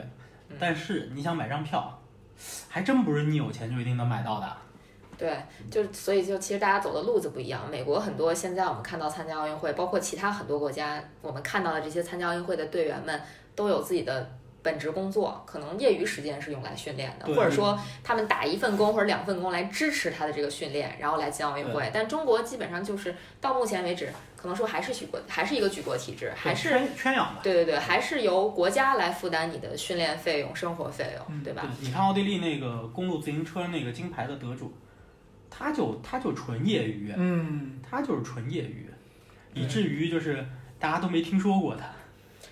A: 嗯，
C: 但是你想买张票，还真不是你有钱就一定能买到的。
A: 对，就所以就其实大家走的路子不一样。美国很多现在我们看到参加奥运会，包括其他很多国家，我们看到的这些参加奥运会的队员们都有自己的本职工作，可能业余时间是用来训练的，
C: 对
A: 或者说他们打一份工或者两份工来支持他的这个训练，然后来进奥运会。但中国基本上就是到目前为止，可能说还是举国还是一个举国体制，还是。
C: 圈圈养吧。
A: 对对对，还是由国家来负担你的训练费用、生活费用，
B: 嗯
A: 对吧？
C: 对，你看奥地利那个公路自行车那个金牌的得主，他就他就纯业余，
B: 嗯，
C: 他就是纯业余，
A: 对
C: 以至于就是大家都没听说过他。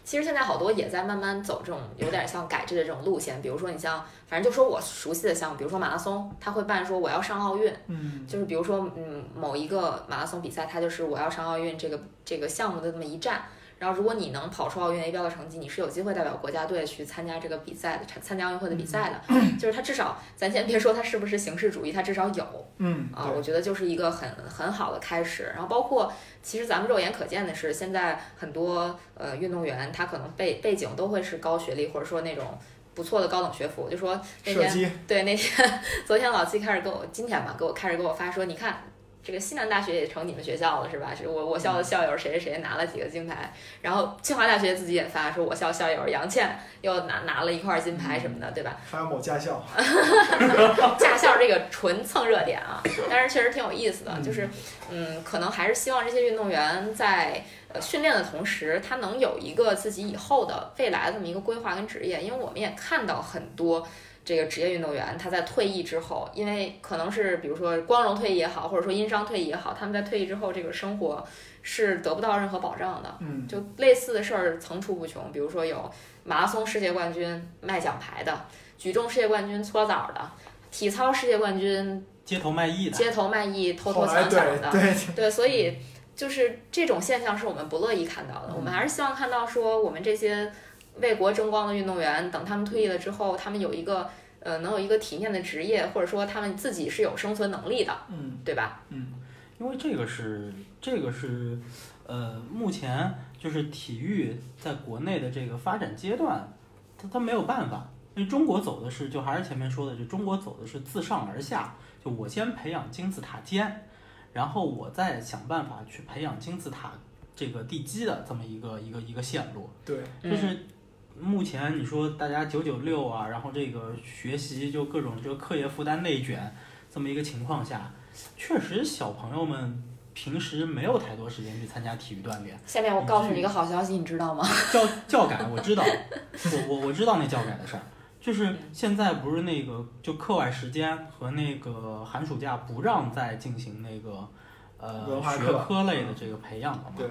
A: 其实现在好多也在慢慢走这种有点像改制的这种路线，比如说你像，反正就说我熟悉的项目，比如说马拉松，他会办说我要上奥运，
B: 嗯，
A: 就是比如说嗯某一个马拉松比赛，它就是我要上奥运这个这个项目的这么一站，然后如果你能跑出奥运 A 标的成绩，你是有机会代表国家队去参加这个比赛的，参参加奥运会的比赛的，就是它至少咱先别说它是不是形式主义，它至少有，
B: 嗯，
A: 啊，我觉得就是一个很很好的开始。然后包括其实咱们肉眼可见的是，现在很多呃运动员他可能背背景都会是高学历，或者说那种不错的高等学府。就说那
B: 射
A: 天
B: 击，
A: 对那天昨天老七开始跟我今天吧，给我开始给我发说，你看这个西南大学也成你们学校了是吧？是我我
B: 嗯
A: 校的校友谁谁谁拿了几个金牌，然后清华大学自己也发说我校校友杨倩又拿拿了一块金牌什么
B: 嗯
A: 的，对吧？
B: 还有某驾校，
A: 驾校这个纯蹭热点啊，但是确实挺有意思的，就是嗯，可能还是希望这些运动员在呃训练的同时，他能有一个自己以后的未来的这么一个规划跟职业，因为我们也看到很多。这个职业运动员，他在退役之后，因为可能是比如说光荣退役也好，或者说因伤退役也好，他们在退役之后，这个生活是得不到任何保障的。
B: 嗯，
A: 就类似的事儿层出不穷，比如说有马拉松世界冠军卖奖牌的，举重世界冠军搓澡的，体操世界冠军
C: 街头卖艺的，
A: 街头卖艺偷
B: 后
A: 偷
B: 来
A: 抢
B: 对
A: 抢的。
B: 对，
A: 对，所以就是这种现象是我们不乐意看到的。我们还是希望看到说，我们这些为国争光的运动员，等他们退役了之后，他们有一个呃能有一个体面的职业，或者说他们自己是有生存能力的，
B: 嗯
A: 对吧？
C: 因为这个是这个是，呃，目前就是体育在国内的这个发展阶段，它它没有办法，因为中国走的是就还是前面说的，就中国走的是自上而下，就我先培养金字塔尖，然后我再想办法去培养金字塔这个地基的这么一个一个一个线路。
B: 对，
A: 嗯
C: 就是目前你说大家九九六啊，然后这个学习就各种这个课业负担内卷这么一个情况下，确实小朋友们平时没有太多时间去参加体育锻炼。
A: 下面我告诉你一个好消息，你知道吗？
C: 教教改我知道，我我我知道那教改的事儿，就是现在不是那个就课外时间和那个寒暑假不让再进行那个呃
B: 文化课
C: 学科类的这个培养了嘛？
B: 对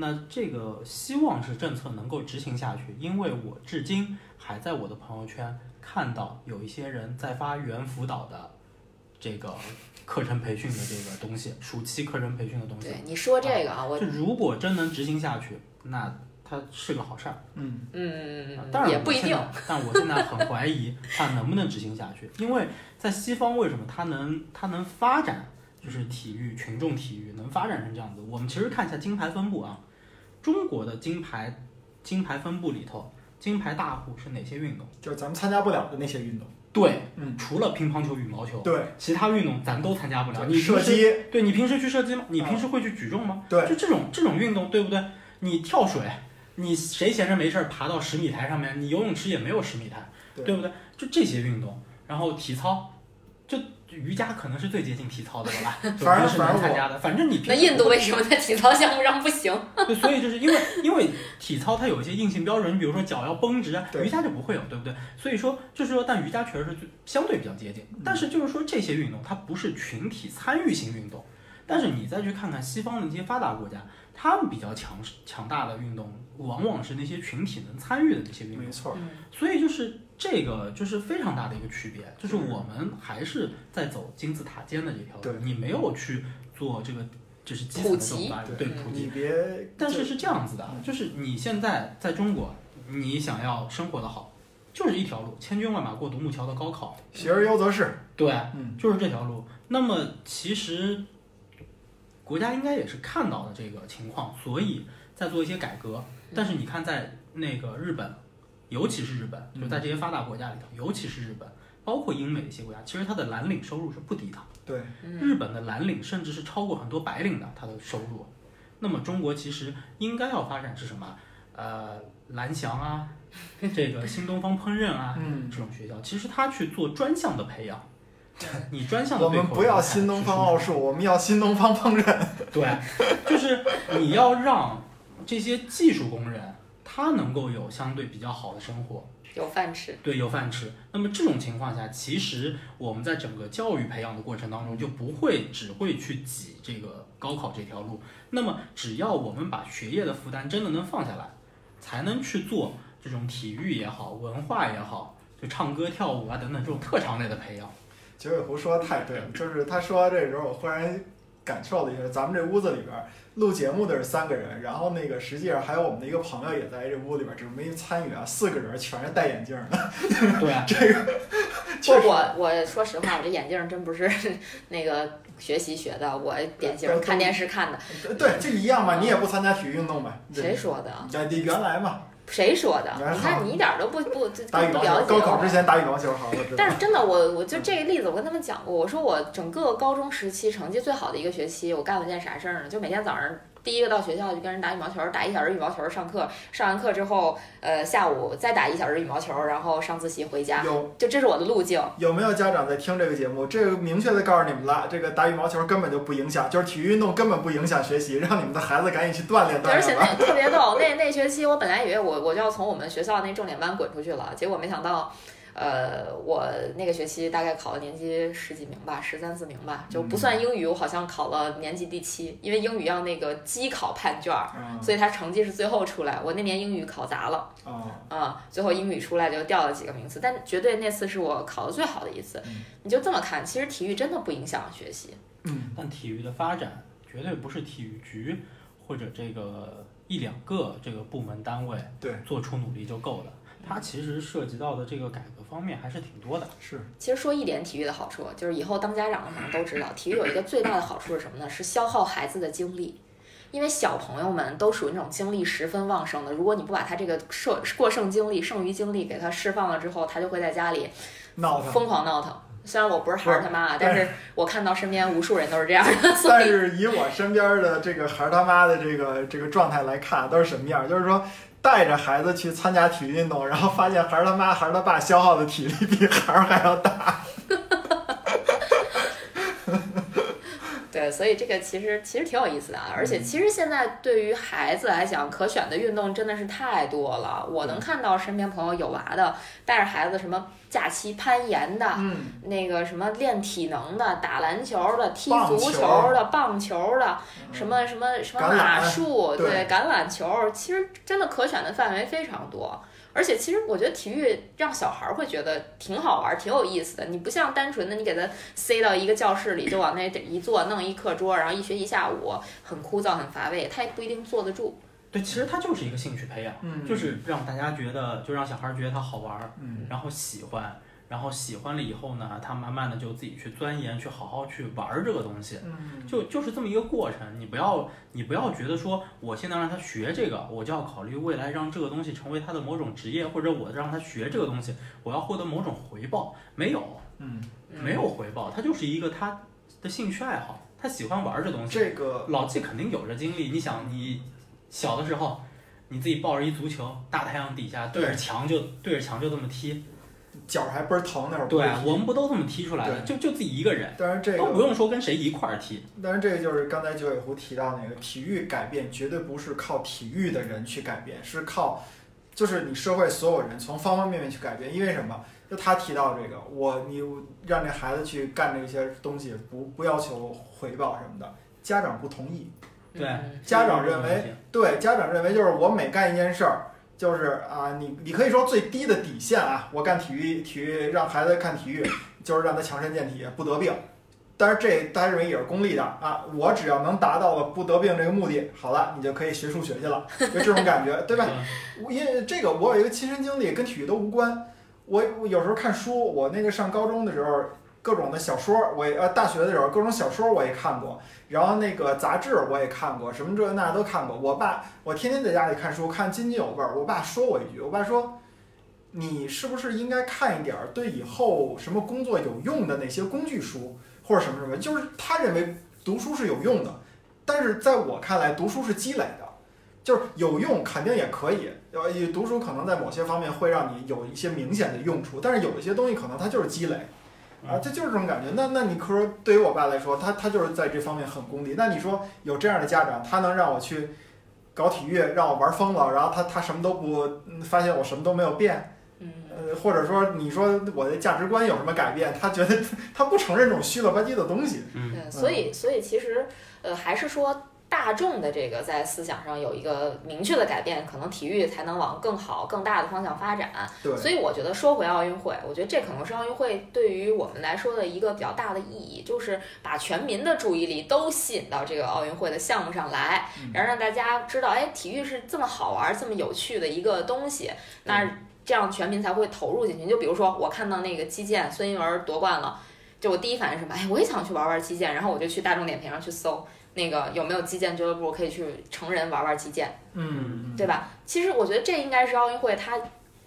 C: 那这个希望是政策能够执行下去，因为我至今还在我的朋友圈看到有一些人在发猿辅导的这个课程培训的这个东西，暑期课程培训的东西
A: 对。，你说这个啊，我
C: 就如果真能执行下去，那它是个好事儿。
B: 嗯，
A: 嗯
C: 当然
A: 也
C: 我
A: 不一
C: 现
A: 定，
C: 在。但我现在很 怀疑它能不能执行下去，因为在西方为什么它能它能发展，就是体育群众体育能发展成这样子？我们其实看一下金牌分布啊，中国的金牌金牌分布里头，金牌大户是哪些运动？
B: 就是咱们参加不了的那些运动，
C: 对，
B: 嗯
C: 除了乒乓球、羽毛球，
B: 对，
C: 其他运动咱都参加不啊了。你平时
B: 射击，
C: 对你平时去射击吗？你平时会去举重
B: 嗯
C: 吗？
B: 对
C: 就这种这种运动，对不对？你跳水，你谁闲着没事儿爬到十米台上面？你游泳池也没有十米台，
B: 对
C: 不对？就这些运动，然后体操，就瑜伽可能是最接近体操的了吧？ 就
B: 反而
C: 平时
B: 反而
C: 能
B: 我
C: 参加的，反正你平时
A: 那印度为什么在体操项目上不行？
C: 对，所以就是因为因为体操它有一些硬性标准，比如说脚要绷直啊，
B: 对
C: 瑜伽就不会有，对不对？所以说就是说，但瑜伽确实是最相对比较接近，
B: 嗯
C: 但是就是说这些运动它不是群体参与型运动，但是你再去看看西方的那些发达国家，他们比较强强大的运动，往往是那些群体能参与的那些运动
B: 没。错，
A: 嗯
C: 所以就是这个就是非常大的一个区别，就是我们还是在走金字塔尖的这条路，
B: 对
C: 你没有去做这个就是基层的这种发展，
B: 普及嗯
C: 对普及
B: 你。别，
C: 但是是这样子的，啊
B: 嗯
C: 就是你现在在中国，你想要生活的好，就是一条路，千军万马过独木桥的高考，
B: 学而优则仕，
C: 对，
B: 嗯
C: 就是这条路。那么其实国家应该也是看到了这个情况，所以在做一些改革。
B: 嗯
C: 但是你看，在那个日本，尤其是日本，
B: 嗯
C: 就在这些发达国家里头，尤其是日本，包括英美一些国家，其实它的蓝领收入是不低的。
B: 对，
A: 嗯
C: 日本的蓝领甚至是超过很多白领的他的收入。那么中国其实应该要发展是什么？呃，蓝翔啊，这个新东方烹饪啊，
B: 嗯，
C: 这种学校，其实他去做专项的培 养。你专项的
B: 我们
C: 对口
B: 不要
C: 人才
B: 新东方
C: 是
B: 奥数，我们要新东方烹饪，
C: 对，就是你要让这些技术工人他能够有相对比较好的生活，
A: 有饭吃，
C: 对，有饭吃。那么这种情况下，其实我们在整个教育培养的过程当中，就不会只会去挤这个高考这条路。那么只要我们把学业的负担真的能放下来，才能去做这种体育也好，文化也好，就唱歌跳舞啊等等这种特长类的培养。
B: 九尾狐说的太对了，就是他说到这时候，我忽然感受了一下，咱们这屋子里边录节目的是三个人，然后那个实际上还有我们的一个朋友也在这屋里边，只是没参与啊，四个人全是戴眼镜的，
C: 对啊，
A: 不，
B: 确实
A: 我我说实话，我这眼镜儿真不是 那个学习学的，我典型儿看电视看的。
B: 啊对，就一样嘛，你也不参加体育运动呗，
A: 谁说的？
B: 对，原来嘛，
A: 谁说的？
B: 哎
A: 你看
B: 好
A: 你一点儿都不不不
B: 打羽
A: 不
B: 毛
A: 了解
B: 球，高
A: 我。
B: 考之前打羽毛球，好，我知道
A: 但。是真的，我我就这个例子，我跟他们讲过，我说我整个高中时期成绩最好的一个学期，我干了件啥事儿呢？就每天早上第一个到学校就跟人打羽毛球，打一小时羽毛球上课，上完课之后，呃，下午再打一小时羽毛球，然后上自习回家，
B: 有
A: 就这是啊我的路径。
B: 有没有家长在听这个节目？这个明确的告诉你们了，这个打羽毛球根本就不影响，就是体育运动根本不影响学习，让你们的孩子赶紧去锻炼
A: 对，
B: 锻
A: 而且
B: 炼吧。
A: 那特别逗，那那学期我本来以为我我就要从我们学校那重点班滚出去了，结果没想到，呃，我那个学期大概考了年级十几名吧，十三四名吧，就不算英语，我好像考了年级第七，因为英语要那个机考判卷儿，
B: 嗯
A: 所以它成绩是最后出来。我那年英语考砸了
B: 哦，
A: 啊、最后英语出来就掉了几个名次，但绝对那次是我考的最好的一次
B: 嗯。
A: 你就这么看，其实体育真的不影响学习。
B: 嗯，
C: 但体育的发展绝对不是体育局或者这个一两个这个部门单位
B: 对
C: 做出努力就够了，它其实涉及到的这个改革方面还是挺多的。
B: 是
A: 其实说一点体育的好处，就是以后当家长的可能都知道，体育有一个最大的好处是什么呢？是消耗孩子的精力。因为小朋友们都属于那种精力十分旺盛的，如果你不把他这个剩过剩精力、剩余精力给他释放了之后，他就会在家里
B: 闹腾。
A: 疯狂闹腾。虽然我不是孩儿他妈啊，
B: 不是
A: 但是我看到身边无数人都是这样的，所
B: 但
A: 以
B: 是以我身边的这个孩儿他妈的这个这个状态来看，啊都是什么样儿？就是说带着孩子去参加体育运动，然后发现孩儿他妈、孩儿他爸消耗的体力比孩儿还要大。
A: 对，所以这个其实其实挺有意思的啊。而
B: 嗯
A: 且其实现在对于孩子来讲，可选的运动真的是太多了。我
B: 嗯
A: 能看到身边朋友有娃的，带着孩子什么假期攀岩的，
B: 嗯，
A: 那个什么练体能的、打篮球的、踢
B: 棒
A: 足
B: 球
A: 球的、棒球的，什么什么什么
B: 橄榄
A: 马术，
B: 对
A: 对，橄榄球，其实真的可选的范围非常多。而且其实我觉得体育让小孩儿会觉得挺好玩儿、挺有意思的。你不像单纯的你给他塞到一个教室里，就往那一坐，弄一课桌，然后一学一下午，很枯燥、很乏味，他也不一定坐得住。
C: 对，其实它就是一个兴趣培养，
B: 嗯
C: 就是让大家觉得，就让小孩儿觉得它好玩儿，
B: 嗯
C: 然后喜欢，然后喜欢了以后呢，他慢慢的就自己去钻研，去好好去玩儿这个东西，
B: 嗯，
C: 就就是这么一个过程。你不要你不要觉得说我现在让他学这个，我就要考虑未来让这个东西成为他的某种职业，或者我让他学这个东西，我要获得某种回报，没有
B: 嗯，
A: 嗯
C: 没有回报，他就是一个他的兴趣爱好，他喜欢玩儿这东西。
B: 这个
C: 老纪肯定有这经历。你想，你小的时候，你自己抱着一足球，大太阳底下对着墙就对着墙就这么踢，
B: 脚还倍儿疼那会儿。
C: 对我们不都这么踢出来的？就就自己一个人，
B: 但是这
C: 都不
B: 个，
C: 用说跟谁一块儿踢。
B: 但是这个就是刚才九尾狐提到那个体育改变，绝对不是靠体育的人去改变，是靠就是你社会所有人从方方面面去改变。因为什么？就他提到这个，我你让这孩子去干这些东西，不不要求回报什么的，家长不同意。
C: 对
A: 嗯
B: 家长认为对，家长认为就是我每干一件事儿，就是啊，你你可以说最低的底线啊，我干体育，体育让孩子看体育，就是让他强身健体，不得病。但是这大家认为也是功利的啊，我只要能达到了不得病这个目的，好了，你就可以学数学去了，就这种感觉，对吧？？我因为这个，我有一个亲身经历，跟体育都无关。我我有时候看书，我那个上高中的时候，各种的小说，我也呃大学的时候各种小说我也看过，然后那个杂志我也看过，什么这那都看过。我爸我天天在家里看书，看津津有味儿。我爸说我一句，我爸说。你是不是应该看一点儿对以后什么工作有用的那些工具书，或者什么什么？就是他认为读书是有用的，但是在我看来，读书是积累的。就是有用，肯定也可以。呃，也读书可能在某些方面会让你有一些明显的用处，但是有一些东西可能它就是积累，啊，这就是这种感觉。那那你可说，对于我爸来说，他他就是在这方面很功利。那你说有这样的家长，他能让我去搞体育，让我玩疯了，然后他他什么都不、嗯发现我什么都没有变，
A: 嗯，
B: 呃，或者说你说我的价值观有什么改变，他觉得 他不承认这种虚了吧唧的东西。
C: 嗯，
A: 对，所以所以其实呃，还是说大众的这个在思想上有一个明确的改变，可能体育才能往更好、更大的方向发展。
B: 对，
A: 所以我觉得说回奥运会，我觉得这可能是奥运会对于我们来说的一个比较大的意义，就是把全民的注意力都吸引到这个奥运会的项目上来，
B: 嗯
A: 然后让大家知道，哎，体育是这么好玩、这么有趣的一个东西。那这样全民才会投入进去。你就比如说，我看到那个击剑，孙一文夺冠了，就我第一反应是什么？哎，我也想去玩玩击剑，然后我就去大众点评上去搜。那个有没有击剑俱乐部可以去成人玩玩击剑，
B: 嗯，
A: 对吧？其实我觉得这应该是奥运会它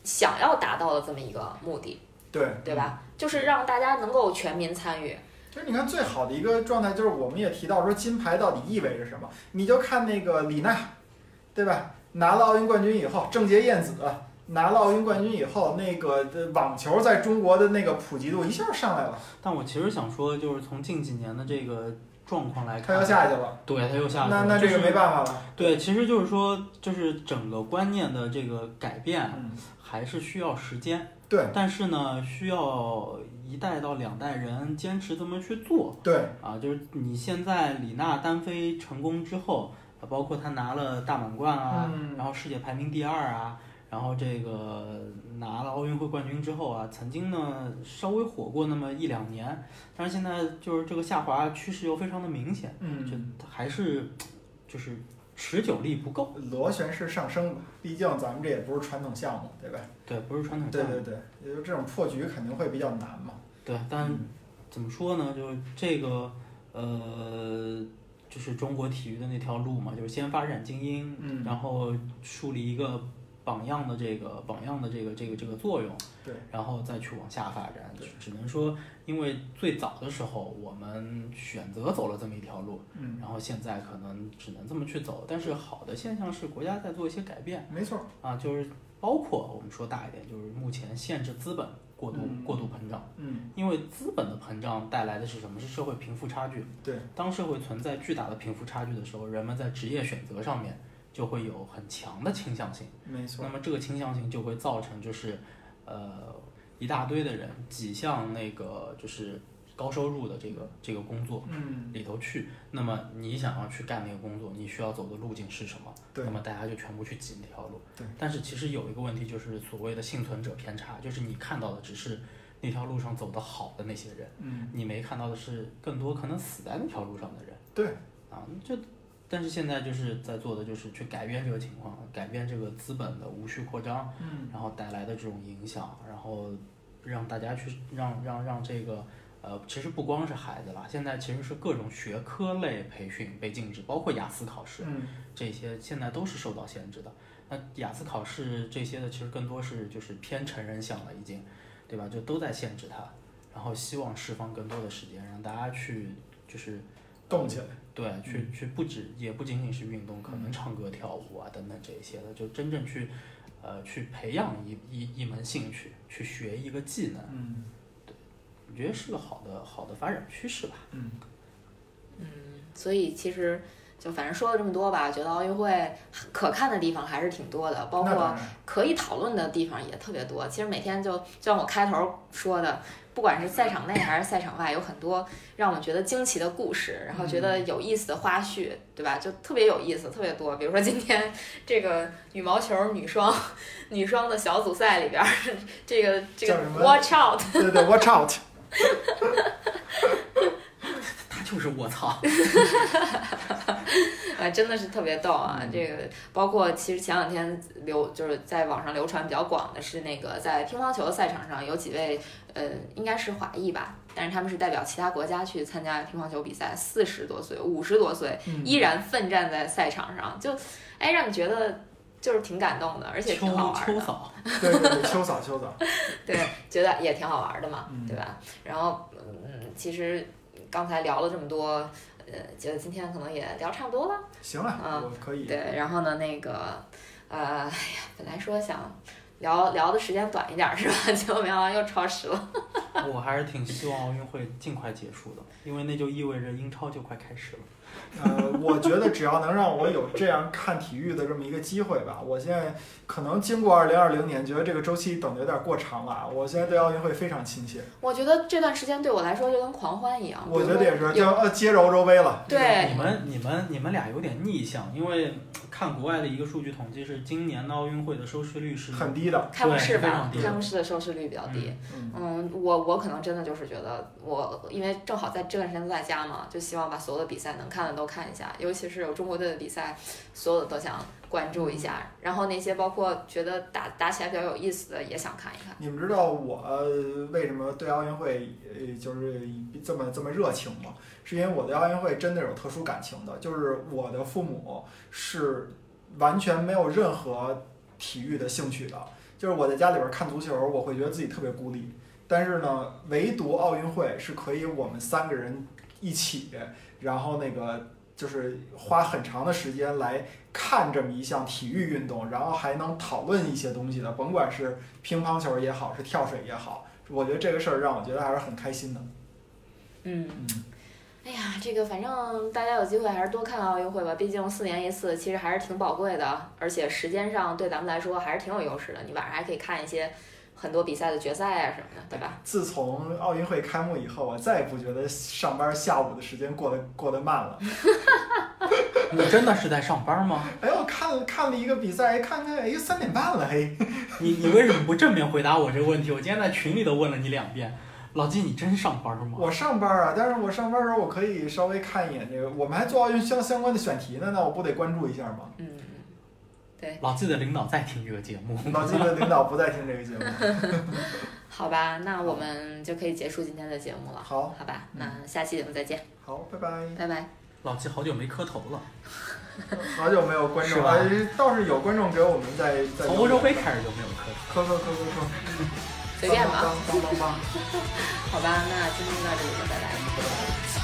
A: 想要达到的这么一个目的，
B: 对。
A: 对吧？
B: 嗯
A: 就是让大家能够全民参与。
B: 就是你看最好的一个状态，就是我们也提到说金牌到底意味着什么，你就看那个李娜，对吧？拿了奥运冠军以后，郑洁燕子拿了奥运冠军以后，那个呃网球在中国的那个普及度一下上来了，
C: 但我其实想说，就是从近几年的这个状况来
B: 她
C: 看，
B: 要下去了，
C: 对，它又下去
B: 那
C: 了。
B: 那这
C: 就
B: 个
C: 是
B: 没办法了。
C: 对，其实就是说，就是整个观念的这个改变
B: 嗯，
C: 还是需要时间，
B: 对
C: 但是呢，需要一代到两代人坚持这么去做
B: 对，
C: 啊。就是你现在李娜单飞成功之后，啊包括她拿了大满贯啊，
B: 嗯
C: 然后世界排名第二啊，然后这个拿了奥运会冠军之后啊，曾经呢稍微火过那么一两年，但是现在就是这个下滑趋势又非常的明显，就
B: 嗯，
C: 还是就是持久力不够，
B: 螺旋式上升吧，毕竟咱们这也不是传统项目，对吧？
C: 对，不是传统
B: 对
C: 项目，
B: 嗯对对，也就这种破局肯定会比较难嘛。
C: 对，但
B: 嗯
C: 怎么说呢，就是这个呃，就是中国体育的那条路嘛，就是先发展精英，
B: 嗯
C: 然后树立一个榜样的这个榜样的这个这个这个作用，
B: 对，
C: 然后再去往下发展
B: 对。
C: 只能说，因为最早的时候我们选择走了这么一条路，
B: 嗯，
C: 然后现在可能只能这么去走。但是好的现象是国家在做一些改变
B: 没错，
C: 啊，就是包括我们说大一点，就是目前限制资本过度、
B: 嗯
C: 过度膨胀。
B: 嗯，
C: 因为资本的膨胀带来的是什么？是社会贫富差距。
B: 对，
C: 当社会存在巨大的贫富差距的时候，人们在职业选择上面就会有很强的倾向性。
B: 没错
C: 那，么这个倾向性就会造成就是，呃，一大堆的人挤向那个就是高收入的这个这个工作
B: 嗯，
C: 里头去。那么你想要去干那个工作，你需要走的路径是什么？
B: 对
C: 那么大家就全部去挤那条路。
B: 对。
C: 但是其实有一个问题，就是所谓的幸存者偏差，就是你看到的只是那条路上走得好的那些人，
B: 嗯，
C: 你没看到的是更多可能死在那条路上的人。
B: 对。
C: 啊，这。但是现在就是在做的就是去改变这个情况，改变这个资本的无序扩张，
B: 嗯，
C: 然后带来的这种影响，然后让大家去让让让这个呃，其实不光是孩子啦，现在其实是各种学科类培训被禁止，包括雅思考试
B: 嗯，
C: 这些，现在都是受到限制的。那雅思考试这些的，其实更多是就是偏成人向了，已经，对吧？就都在限制它，然后希望释放更多的时间，让大家去就是
B: 动起来。
C: 对，去
A: 嗯
C: 去不止也不仅仅是运动，可能唱歌跳舞啊等等这一些的，就真正去，呃，去培养一一一门兴趣，去学一个技能，
B: 嗯
C: 我觉得是个好的好的发展趋势吧。
B: 嗯，
A: 所以其实就反正说了这么多吧，觉得奥运会可看的地方还是挺多的，包
B: 那当
A: 括
B: 然，
A: 可以讨论的地方也特别多。其实每天就就像我开头说的，不管是赛场内还是赛场外，有很多让我觉得惊奇的故事，然后觉
B: 嗯
A: 得有意思的花絮，对吧？就特别有意思，特别多。比如说今天这个羽毛球女双女双的小组赛里边儿，这个这个
B: 叫什么
A: Watch Out。
B: 对对，watch out，
C: 他就是我操，
A: 啊，真的是特别逗啊！
B: 嗯
A: 这个包括其实前两天流就是在网上流传比较广的是那个在乒乓球的赛场上有几位呃应该是华裔吧，但是他们是代表其他国家去参加乒乓球比赛，四十多岁、五十多岁
B: 嗯
A: 依然奋战在赛场上，就哎让你觉得就是挺感动的，而且
C: 秋
A: 挺好玩
C: 秋
A: 的，
C: 嫂，
B: 对对对，秋嫂 秋嫂，
A: 对，觉得也挺好玩的嘛，
B: 嗯
A: 对吧？然后嗯，其实刚才聊了这么多，呃，觉得今天可能也聊差不多了。
B: 行了，
A: 嗯
B: 我可以，
A: 对，然后呢，那个，呃，哎呀，本来说想聊聊的时间短一点儿是吧？ 结果没想到又超时了。
C: 我还是挺希望奥运会尽快结束的，因为那就意味着英超就快开始了。
B: 呃，我觉得只要能让我有这样看体育的这么一个机会吧，我现在可能经过二零二零年，觉得这个周期等的有点过长了啊，我现在对奥运会非常亲切，
A: 我觉得这段时间对我来说就跟狂欢一样。
B: 我
A: 比
B: 觉
A: 如
B: 得也
A: 说
B: 是，
A: 啊有
B: 就呃接着欧洲杯了，
A: 对
C: 你们你们你们俩有点逆向，因为看国外的一个数据统计是，今年的奥运会的收视率是
B: 很低的，
A: 开幕式
C: 对非
A: 吧
C: 常，低
A: 开幕式的收视率比较低。
B: 嗯，
A: 嗯，我我可能真的就是觉得我，因为正好在这段时间都在家嘛，就希望把所有的比赛能看看的都看一下，尤其是有中国队的比赛，所有的都想关注一下。然后那些包括觉得打打起来比较有意思的，也想看一看。
B: 你们知道我呃为什么对奥运会呃就是这么这么热情吗？是因为我对奥运会真的有特殊感情的，就是我的父母是完全没有任何体育的兴趣的，就是我在家里边看足球，我会觉得自己特别孤立。但是呢，唯独奥运会是可以我们三个人一起，然后那个就是花很长的时间来看这么一项体育运动，然后还能讨论一些东西的，甭管是乒乓球也好，是跳水也好，我觉得这个事儿让我觉得还是很开心的。
A: 嗯
B: 嗯，
A: 哎呀，这个反正大家有机会还是多看看奥运会吧，毕竟四年一次，其实还是挺宝贵的，而且时间上对咱们来说还是挺有优势的。你晚上还可以看一些很多比赛的决赛啊什么的，对吧？
B: 自从奥运会开幕以后，我再也不觉得上班下午的时间过得过得慢了。
C: 你真的是在上班吗？
B: 哎，我看看了一个比赛，看看哎三点半了，嘿、
C: 你你为什么不正面回答我这个问题？我今天在群里都问了你两遍。老季，你真上班吗？
B: 我上班啊，但是我上班的时候我可以稍微看一眼这个，我们还做奥运相相关的选题呢，那我不得关注一下吗？
A: 嗯，
C: 老季的领导在听这个节目。
B: 老季的领导不在听这个节目，
A: 好吧，那我们就可以结束今天的节目了，
B: 好嗯
A: 好吧？那下期节目再见，
B: 好，拜拜。
A: 拜拜。
C: 老季好久没磕头了，
B: 好久没有观众了，倒是有观众给我们在在
C: 从欧洲杯开始就没有磕头。
B: 磕磕磕磕磕，
A: 随便吧，
B: 当当当当当。
A: 好吧？那今天就到这里了，拜拜。
B: 当